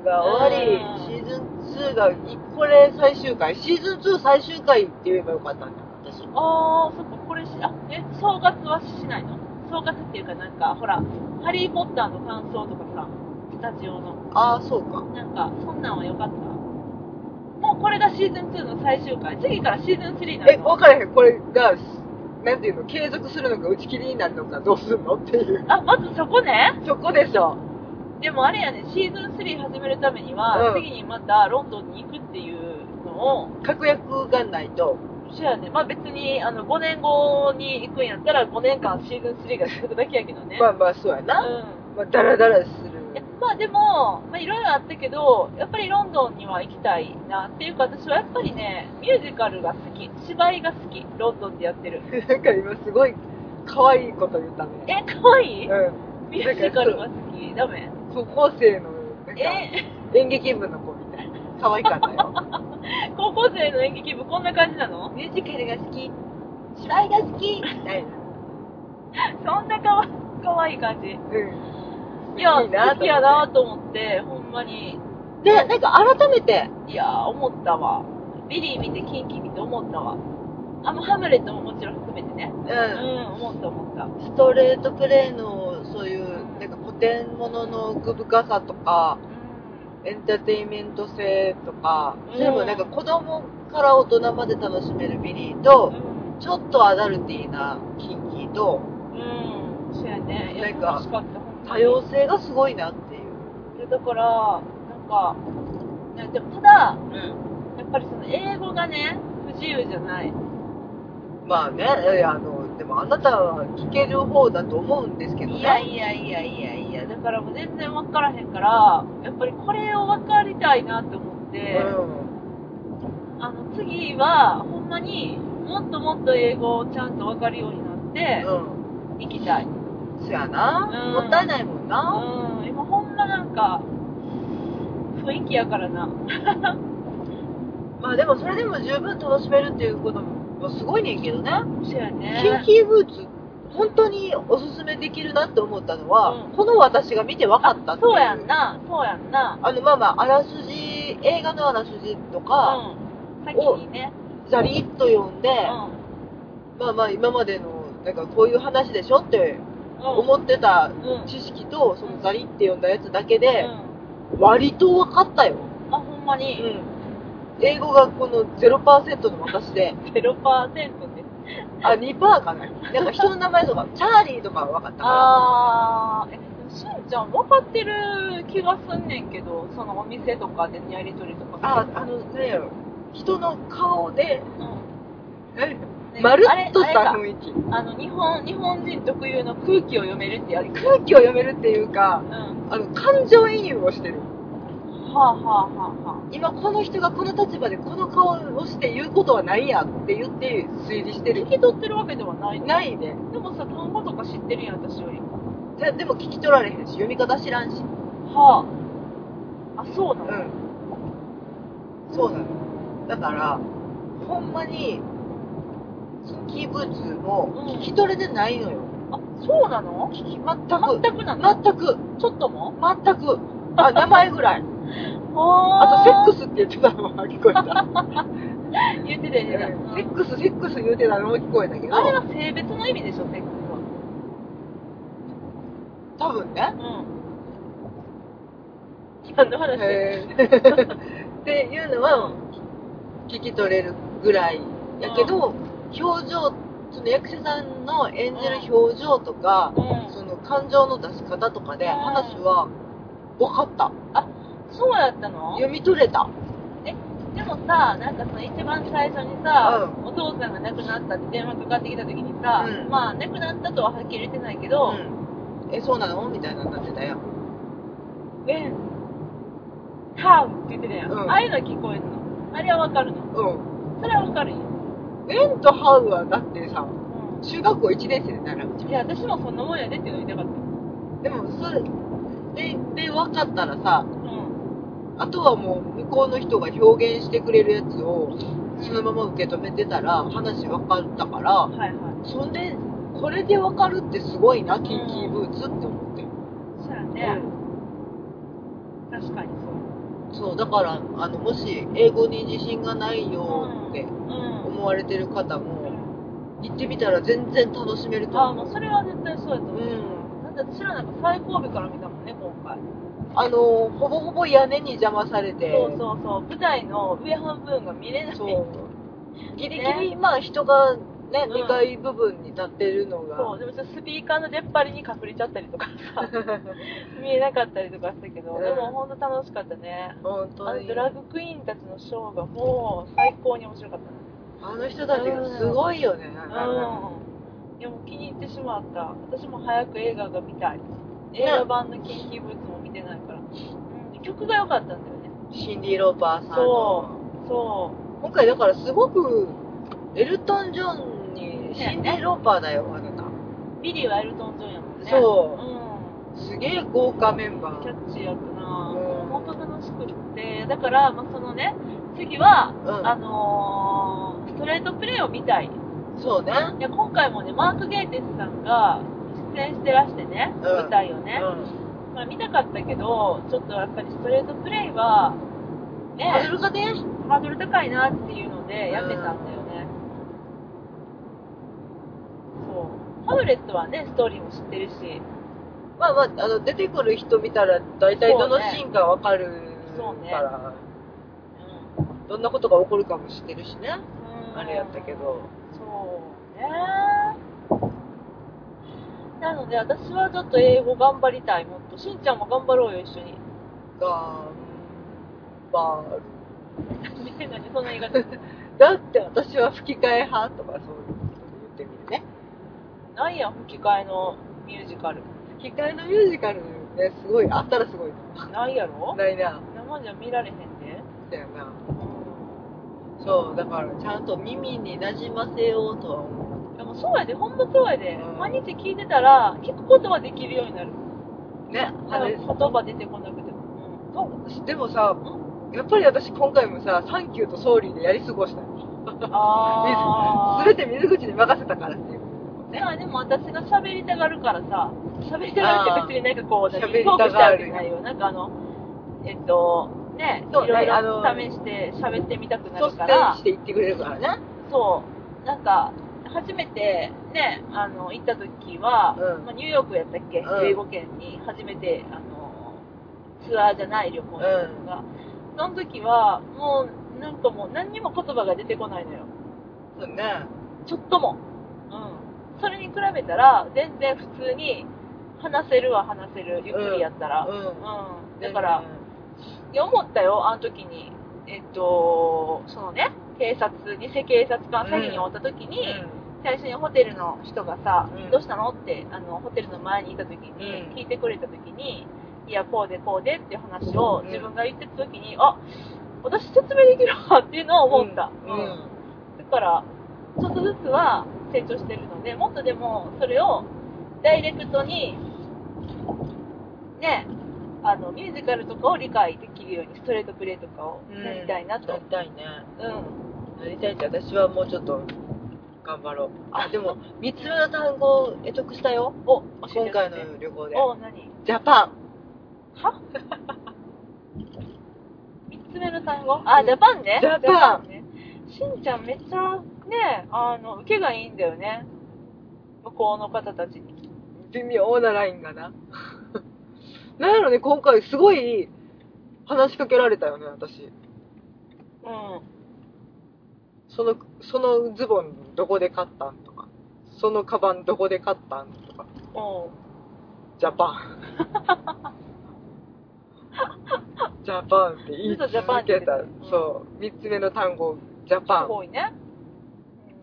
A: 1が終わり
B: うん
A: シーズン2がいこれ最終回シーズン2最終回って言えばよかったんだ私
B: ああ、そっか、これし、あ、え、正月はしないの正月っていうかなんか、ほら、ハリーポッターの感想とかさ、スタジオの、
A: ああそうか
B: なんか、そんなんは良かった。もうこれがシーズン2の最終回。次からシーズン3にな
A: え
B: る
A: 分
B: の。
A: からへんこれがなんていうの継続するのか打ち切りになるのかどうするのっていう
B: あ、まずそこね。
A: そこでしょ
B: でもあれやね、シーズン3始めるために
A: う
B: は、
A: ん
B: 次にまたロンドンに行くっていうのを、
A: 確約がないと
B: そうやね。まあ別に、あの、5年後に行くんやったら、5年間シーズン3が続くだけやけどね。
A: まあまあそうやな、
B: うん。
A: まあダラダラす
B: いや
A: る
B: まあでも、まあ、いろいろあったけど、やっぱりロンドンには行きたいなっていうか、私はやっぱりね、ミュージカルが好き、芝居が好き、ロンドンでやってる。
A: なんか今すごい可愛いこと言ったね
B: え、可愛い
A: うん
B: ミュージカルが好き、ダメ。
A: 高校生のなんか
B: え、
A: 演劇部の子みたいな可愛かったよ
B: 高校生の演劇部こんな感じなの
A: <laughs> ミュージカルが好き芝居が好きみたいな
B: そんなかわ可愛い感じ。
A: うん
B: いや、
A: いいなと思って
B: 好きやなと思って、ほんまに、
A: でなんか改めて
B: いやー、思ったわ。ビリー見て、キンキ見て思ったわ。あ、もうハムレットももちろん含めてね。
A: う
B: うん、
A: ん
B: 思った思った。
A: ストレートプレイのそういうなんか古典ものの奥深さとかエンターテインメント性とか
B: うん
A: それもなんか子供から大人まで楽しめるビリー
B: う
A: と
B: ん
A: ちょっとアダルティーなキンキーと
B: うん、そうやね。いや
A: なんか
B: 楽しかった、ほんまに
A: 多様性がすごいなっていう、
B: いやだから、なんか、ねでもただ、
A: う
B: やっぱりその英語がね、不自由じゃない。
A: ん、まあねいやあのでもあなたは聞ける方だと思うんですけどね
B: いやいやいやいやいや、だからもう全然分からへんから、やっぱりこれを分かりたいなと思って、
A: う
B: あの次は、ほんまにもっともっと英語をちゃんと分かるようになって、
A: んうん
B: 行きたい。
A: そやな、
B: うん
A: もったいないもんな、
B: うん、今ほんまなんか、雰囲気やからな。
A: まあでもそれでも十分楽しめるっていうこともすごいねんけどね
B: そうやね。
A: キンキーブーツ本当におすすめできるなって思ったのは、
B: うん
A: この私が見て分かったってい
B: そうやんな、そうやんな。
A: あのまあまああらすじ映画のあらすじとか、
B: うん。先にね。
A: ざりっと読んで、
B: うん。
A: まあまあ今までのなんかこういう話でしょって
B: うん
A: 思ってた
B: うん。
A: 知識とそのザリって呼んだやつだけで
B: うん
A: 割と分かったよ、
B: あ、ほんま
A: う
B: に。
A: ん、英語がこの0%の私で
B: 0%です。
A: あ2%かななんか人の名前とかチャーリーとかは分かったか
B: あー、え、しんちゃん分かってる気がすんねんけど、そのお店とかでやりとりとか。
A: らああの何やろ人の顔で
B: うん。ね
A: まるっとし
B: あれ
A: た
B: あれ
A: 雰囲気
B: かあの、日本、日本人特有の空気を読めるってやり方。
A: 空気を読めるっていうか
B: うん。は
A: あの感情移入をしてる
B: あはあはあは
A: 今この人がこの立場でこの顔をして言うことはないやって言って推理し
B: あ。
A: てる
B: 聞き取ってるわけではないの
A: ないね
B: でもさ、単語とか知ってるやん、私より。
A: じゃでも聞き取られへんし読み方知らんし
B: はあ。あ、そうなの
A: うんそうなのだからほんまに、そのキーブーツも
B: うん
A: 聞き取れてないのよ。
B: あ、そうなの
A: 聞き全く、
B: 全くなの
A: 全く、
B: ちょっとも
A: 全く。あ、名前ぐらい。あ
B: あ
A: と、セックスって言ってたのは聞こ
D: <laughs>
A: えた。
B: セックス言ってた言ってた。
D: セックス、セックス言うてたのも聞こえたけど、
B: あれは性別の意味でしょ、セックスは。
A: 多分ね。
B: うん。何の話
A: へー <laughs> っていうのは聞き取れるぐらいやけど、表情その役者さんの演じる表情とか、
B: うん
A: その感情の出し方とかで
B: うん
A: 話は分かった
B: そうやったの
A: 読み取れた
B: でもさ、なんかその一番最初にさ、お父さんが亡くなったって電話かかってきた時にさ、
A: うん
B: まあ亡くなったとははっきり言ってないけ
A: う
B: ど、
A: んえそうなのみたいなになってたよ
B: えん、タウンって言ってたやん。
A: うん
B: ああいうのは聞こえるの。あれはわかるの。
A: う
B: それはわかるよ。
A: んエンとハウはだってさ中学校1年生で習うじゃん
B: いや、私もそんなもんやでっていうの言いたかっ
A: で
B: た。
A: もそれでで分かったらさ
B: うん。
A: あとはもう向こうの人が表現してくれるやつをそのまま受け止めてたら話分かったから
B: はいはい。
A: そんでこれで分かるってすごいなキンキーブーツって思って、
B: そうやね。確かにそう。
A: そうだからあのもし英語に自信がないよって
B: うん。
A: 思われてる方も行ってみたら全然楽しめると
B: ああ、
A: 思
B: もう
A: う
B: それは絶対そうやと思
A: う
B: う。
A: ん
B: だって私らなんか最後尾から見たもんね、今回。
A: あのほぼほぼ屋根に邪魔されて
B: そうそうそう。舞台の上半分が見れない。
A: そうギリギリ、まあ人がね2階部分に立ってるのが
B: そうでもちょっとスピーカーの出っ張りに隠れちゃったりとか
A: <laughs>
B: さ見えなかったりとかしたけど、
A: うん
B: でも本当楽しかったね
A: 本
B: あ
A: 当
B: の
A: に
B: ドラッグクイーンたちのショーがもう最高に面白かったね
A: あの人たちがすごいよね、
B: うんいやもう気に入ってしまった私も早く映画が見たい映画版の研究物も見てないから、うん、曲が良かったんだよね
A: シンディ・ローパーさん
B: そ
A: の
B: うそ
A: 今回だからすごくエルトン・ジョンにシンディ・ローパーだよあなた、
B: うビリーはエルトン・ジョンやもんね
A: そうすげえ豪華メンバ
B: んキャ
A: ー
B: ッチーやったな
A: うん
B: 本当楽しくってだから、まあ、そのね次は
A: うん
B: あのー、ストレートプレーを見たい。
A: そうね
B: いや今回もね、マーク・ゲイテスさんが出演してらしてね、
A: ん
B: 舞台をね、
A: うん
B: まあ、見たかったけど、ちょっとやっぱりストレートプレイは、
A: ハー
B: ね
A: ド、ルがね
B: ハードル高いなっていうので、やめたんだよね。そう。ハムレットはね、ストーリーも知ってるし、
A: まあまああの出てくる人見たら大体どのシーンかわかる
B: そうね
A: から、
B: う
A: どんなことが起こるかも知ってるしね
B: ん
A: あれやったけ。ど
B: そうね。なので、私はちょっと英語頑張りたい、もっと。しんちゃんも頑張ろうよ、一緒に。
A: がまあ
B: 何何そんな言い方
A: だって私は吹き替え派とかそういうこと言ってみるね
B: なんや吹き替えのミュージカル
A: 吹き替えのミュージカルねすごいあったらすごい
B: ないやろ
A: ないな
B: 生じゃ見られへんで
A: だよなそうだからちゃんと耳になじませようとは思
B: でもそうやでほんまそうやで、
A: うん
B: 毎日聞いてたら聞くことはできるようになる
A: うね
B: 言
A: あれ
B: 葉出てこなくても、
A: そうでもさやっぱり私今回もさ「サンキュー」と「ソーリー」でやり過ごしたよ <laughs>
B: ああ
A: 全て水口に任せたからっていう
B: いやでも私が喋りたがるからさ喋りたがるって別になんかこう
A: あー
B: 何トークしたわけじゃないよなんかあのえっとねい
A: そ
B: ろ
A: う
B: い
A: ねあ
B: ろ
A: の
B: 試して喋ってみたくな
A: 率
B: るから
A: 先して言ってくれるからね
B: そう、なんか、初めてね、あの、行った時は、
A: うん
B: まあ、ニューヨークやったっけ、
A: うん
B: 英語圏に初めて、あの、ツアーじゃない旅行に行ったのが、その時は、もう、なんかもう何にも言葉が出てこないのよ。
A: そうね
B: ちょっとも。うん。それに比べたら、全然普通に、話せるは話せる、ゆっくりやったら。
A: う
B: うんん。だから、いや、思ったよ、あの時に。えっと、そのね、警察、偽警察官詐欺に遭った時
A: う
B: に、
A: ん
B: 最初にホテルの人がさ、
A: うん
B: どうしたのってあのホテルの前にいた時に、
A: うん
B: 聞いてくれた時にいやこうでこうでっていう話を
A: うん
B: 自分が言ってた時に、あ私説明できるわっていうのを思った、
A: うん
B: うんだからちょっとずつは成長してるのでもっとでもそれをダイレクトにねあのミュージカルとかを理解できるようにストレートプレイとかをやりたいなと、
A: やりたいね
B: うん
E: なりたいって私はもうちょっと頑張ろうあでも3つ目の単語得得したよ
B: お、
E: 今回の旅行で
B: お、何
A: ジャパン。
B: は ?3 つ目の単語あ、ジャパンね。
A: ジャパン
B: ね。しんちゃんめっちゃね、あの、受けがいいんだよね。向こうの方たちに。
A: 微妙なラインがな。 <laughs> なんやろね、今回すごい話しかけられたよね、私。
B: うん。
A: その、そのズボンどこで買ったんとか、そのカバンどこで買ったんとか、
B: お
A: ジャパ
E: <laughs>
A: ン。ジャパンって言い
B: ずっとジャパン
A: 続
B: って
A: け
B: 言って
A: た
B: たうん。
A: そう。三つ目の単語、ジャパ
B: すごいね。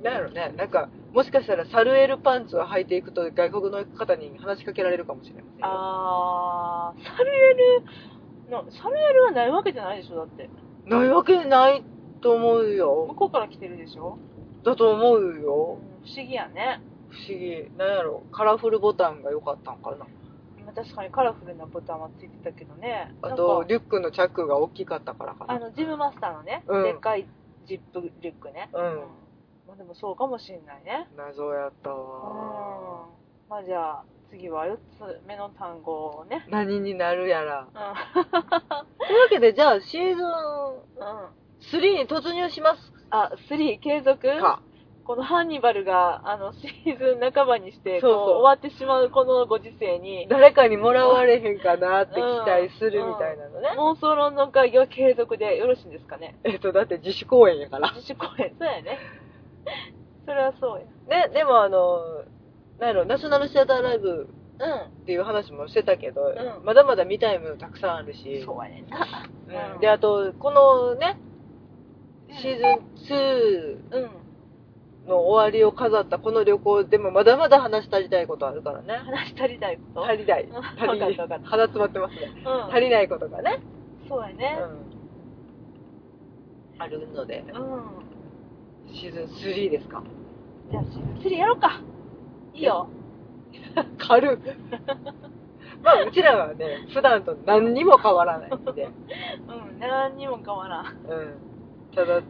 A: ン。なんやろね、なんか、もしかしたらサルエルパンツを履いていくと外国の方に話しかけられるかもしれませんよ。
B: あー、サルエルの、サルエルはないわけじゃないでしょ、だって。
A: ないわけないと思う
B: 向
A: よ。
B: こうから来てるでしょ
A: だと思う
B: 不
A: よ。
B: 思議やね。
A: 不思議。なんやろカラフルボタンが良かったんかな。
B: まあ確かにカラフルなボタンはついてたけどね。
A: あ
B: なん
A: と
B: か、
A: リュックのチャックが大きかったからか
B: あ
A: な。
B: のジムマスターのね、
A: うん
B: でっかいジップリュックね、
A: う。
B: うんまあ、でもそうかもしれないね
A: 謎やった
B: うん
A: わ。
B: まあじゃあ次は4つ目の単語をね
A: 何になるやら。
B: うん、うん、
A: というわけで、じゃあシーズン3に突入します
B: あ3継続
A: か。
B: このハンニバルがあ <laughs> のシーズン半ばにしてこ
A: そううそう
B: 終わってしまうこのご時世に
A: 誰かにもらわれへんかなって期待するみたいなのね。
B: 妄想論の会議は継続でよろしいんですかね
A: <laughs> えっと、だって自主公演やから。
B: 自主公演そうやねそれはそう
A: ね、でもあの、なんやろ、ナショナルシアターライブ
B: や
A: っていう話もしてたけど、
B: うん
A: まだまだ見たいものたくさんあるし、
B: そうやねんな
A: うん
B: うん
A: で、あと、このね、シーズン
B: うん
A: 2の終わりを飾ったこの旅行でもまだまだ話し足りたいことあるからね。
B: 話し足りないこと、
A: 足りない。
B: うん
A: 足りな
B: <laughs> わかっ
A: い
B: たわ
A: <laughs>
B: かっ。た
A: 鼻詰まってますね。
B: うん
A: 足りないことがね。
B: そうや
A: う
B: ね。
A: ん。あるので、
B: うん。
A: シーズン3ですか。
B: じゃあ、シーズン3やろうか。いいよ。
A: 軽っ。 <laughs> まあ、うちらはね、普段と何にも変わらないの
B: <laughs>
A: で、
B: うん、何にも変わらん。
A: うん。ただ、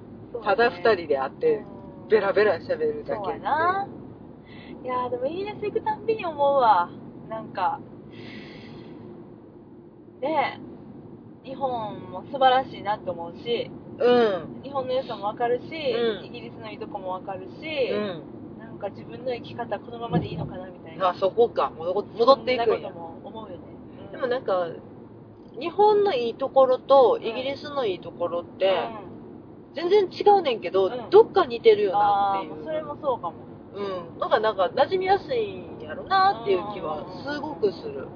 A: ただ二人で会って、ベラベラ喋るだけ。
B: そうやな。いやー、でもイギリス行くたんびに思うわ。なんか、ねえ、日本も素晴らしいなと思うし、
A: うん。
B: 日本の良さもわかるし、
A: うん
B: イギリスのいいとこもわかるし、
A: う
B: なんか自分の生き方このままでいいのかなみたい
A: ん。あ
B: な。、
A: そこか。戻戻っていく
B: そ
A: ん
B: んな
A: や
B: こと。も思うよね。うん
A: でもなんか、日本のいいところとイギリスのいいところって、
B: うん
A: 全然違うねんけど、
B: うん
A: どっか似てるよな
B: あ
A: ってい
B: あ
A: う。
B: ーそれもそうかも、
A: うん。なんか、なんか、馴染みやすいんやろなっていう気はすごくする。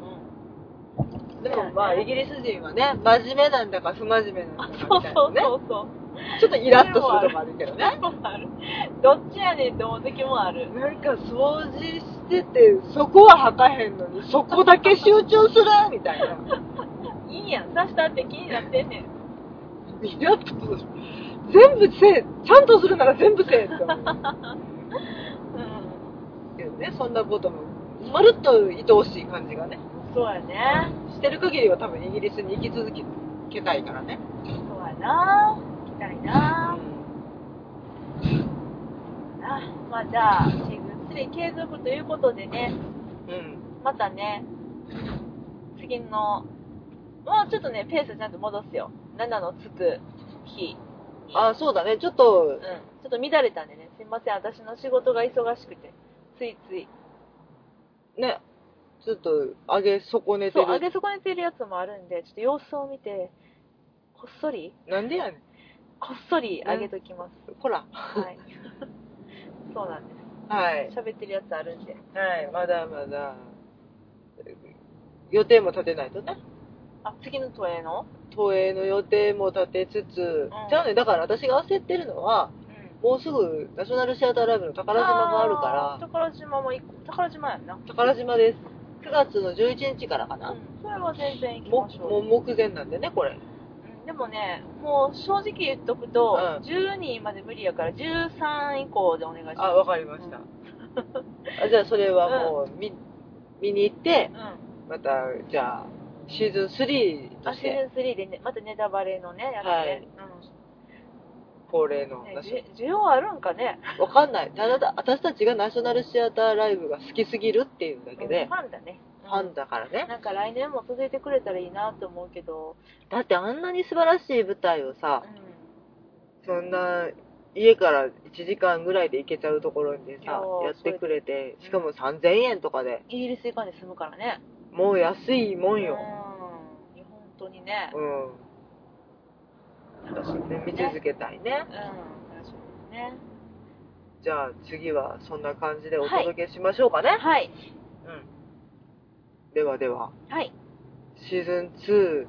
A: でもまあ、イギリス人はね、真面目なんだか不真面目な
B: あ
A: んだ
B: そ
A: か
B: う
A: みたい
B: そ
A: な
B: う
A: ね。
B: そうそう
A: ちょっとイラッとするとこあるけどね。
B: 何個もあるどっちやねんって思う時もある
A: なんか掃除してて、そこははかへんのに、そこだけ集中するみたいな。
B: いいやんさしたって気になってんねん
A: イラッとする。全部せえ、ちゃんとするなら全部せえって思う
B: うん
A: けどね、そんなことも、まるっと愛おしい感じがね、
B: そうやね
A: してる限りは多分イギリスに行き続けたいからね。
B: そうやな行きたいなあまあじゃあシーズン3継続ということでね
A: うん。
B: またね次のまあちょっとねペースちゃんと戻すよ7のつく日に
A: あ、そうだね、ちょっと
B: うん、ちょっと乱れたんでね、すいません、私の仕事が忙しくて、ついつい。
A: ね、ちょっと上げ損ねて
B: そう、上げ
A: る。
B: 損ねてるやつもあるんで、ちょっと様子を見て、こっそり、
A: なんでやね
B: こっそり上げときます。
A: ん。こら。
B: はい。 <laughs> そうなんで
A: はい
B: す。。喋ってるやつあるんで。
A: はい、まだまだ。予定も立てないとね。
B: あ、次の都営の
A: 投影の予定も立てつつ、
B: ん
A: じゃあね、だから私が焦ってるのは、
B: うん。
A: もうすぐナショナルシアターライブの宝島があるから、
B: 宝島も一個、宝島やんな。
A: 宝島です。9月の11日からかな。
B: うん。それは全然行き
A: も
B: ましょう
A: も
B: よ。
A: う目前なんでね、これ。
B: うんでもね、もう正直言っとくと、
A: うん
B: 12まで無理やから、13以降でお願いします。
A: あ、わかりました。あじゃあそれはもう見、見に行って、
B: うん。
A: また、じゃあ、シーズン3と
B: あ
A: し
B: シ
A: て、
B: ーズン3で、ね、またネタバレのね、やつね、
A: はい
B: うん
A: 恒例の
B: ね
A: 話。
B: じゅ需要あるんかね
A: わかんない。ただだ、私たちがナショナルシアターライブが好きすぎるっていうだけで、
B: ファンだね
A: ファンだからね。
B: なんか来年も続いてくれたらいいなと思うけど、
A: だってあんなに素晴らしい舞台をさ、
B: う
A: そんな、家から1時間ぐらいで行けちゃうところにさ
B: そ、う
A: やってくれて、
B: うん
A: しかも3000円とかで、
B: ん、イギリス以下に住むからね。
A: もう安いもんよ。
B: うん。いや本当にね。
A: うん。私ね、見続けたいね
B: う。ん。楽しみですね。
A: じゃあ次はそんな感じでお届けしましょうかね。
B: はい。
A: うん。ではでは、
B: はい。
A: シーズン2、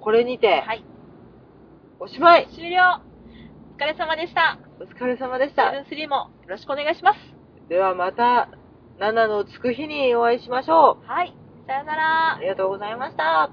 A: これにて、
B: はい。
A: おしまい
B: 終了お疲れ様でした。
A: お疲れ様でし
B: シ
A: た。
B: ーズン3もよろしくお願いします。
A: ではまた、7のつく日にお会いしましょう。
B: はい。さよなら
A: あ。りがとうございました。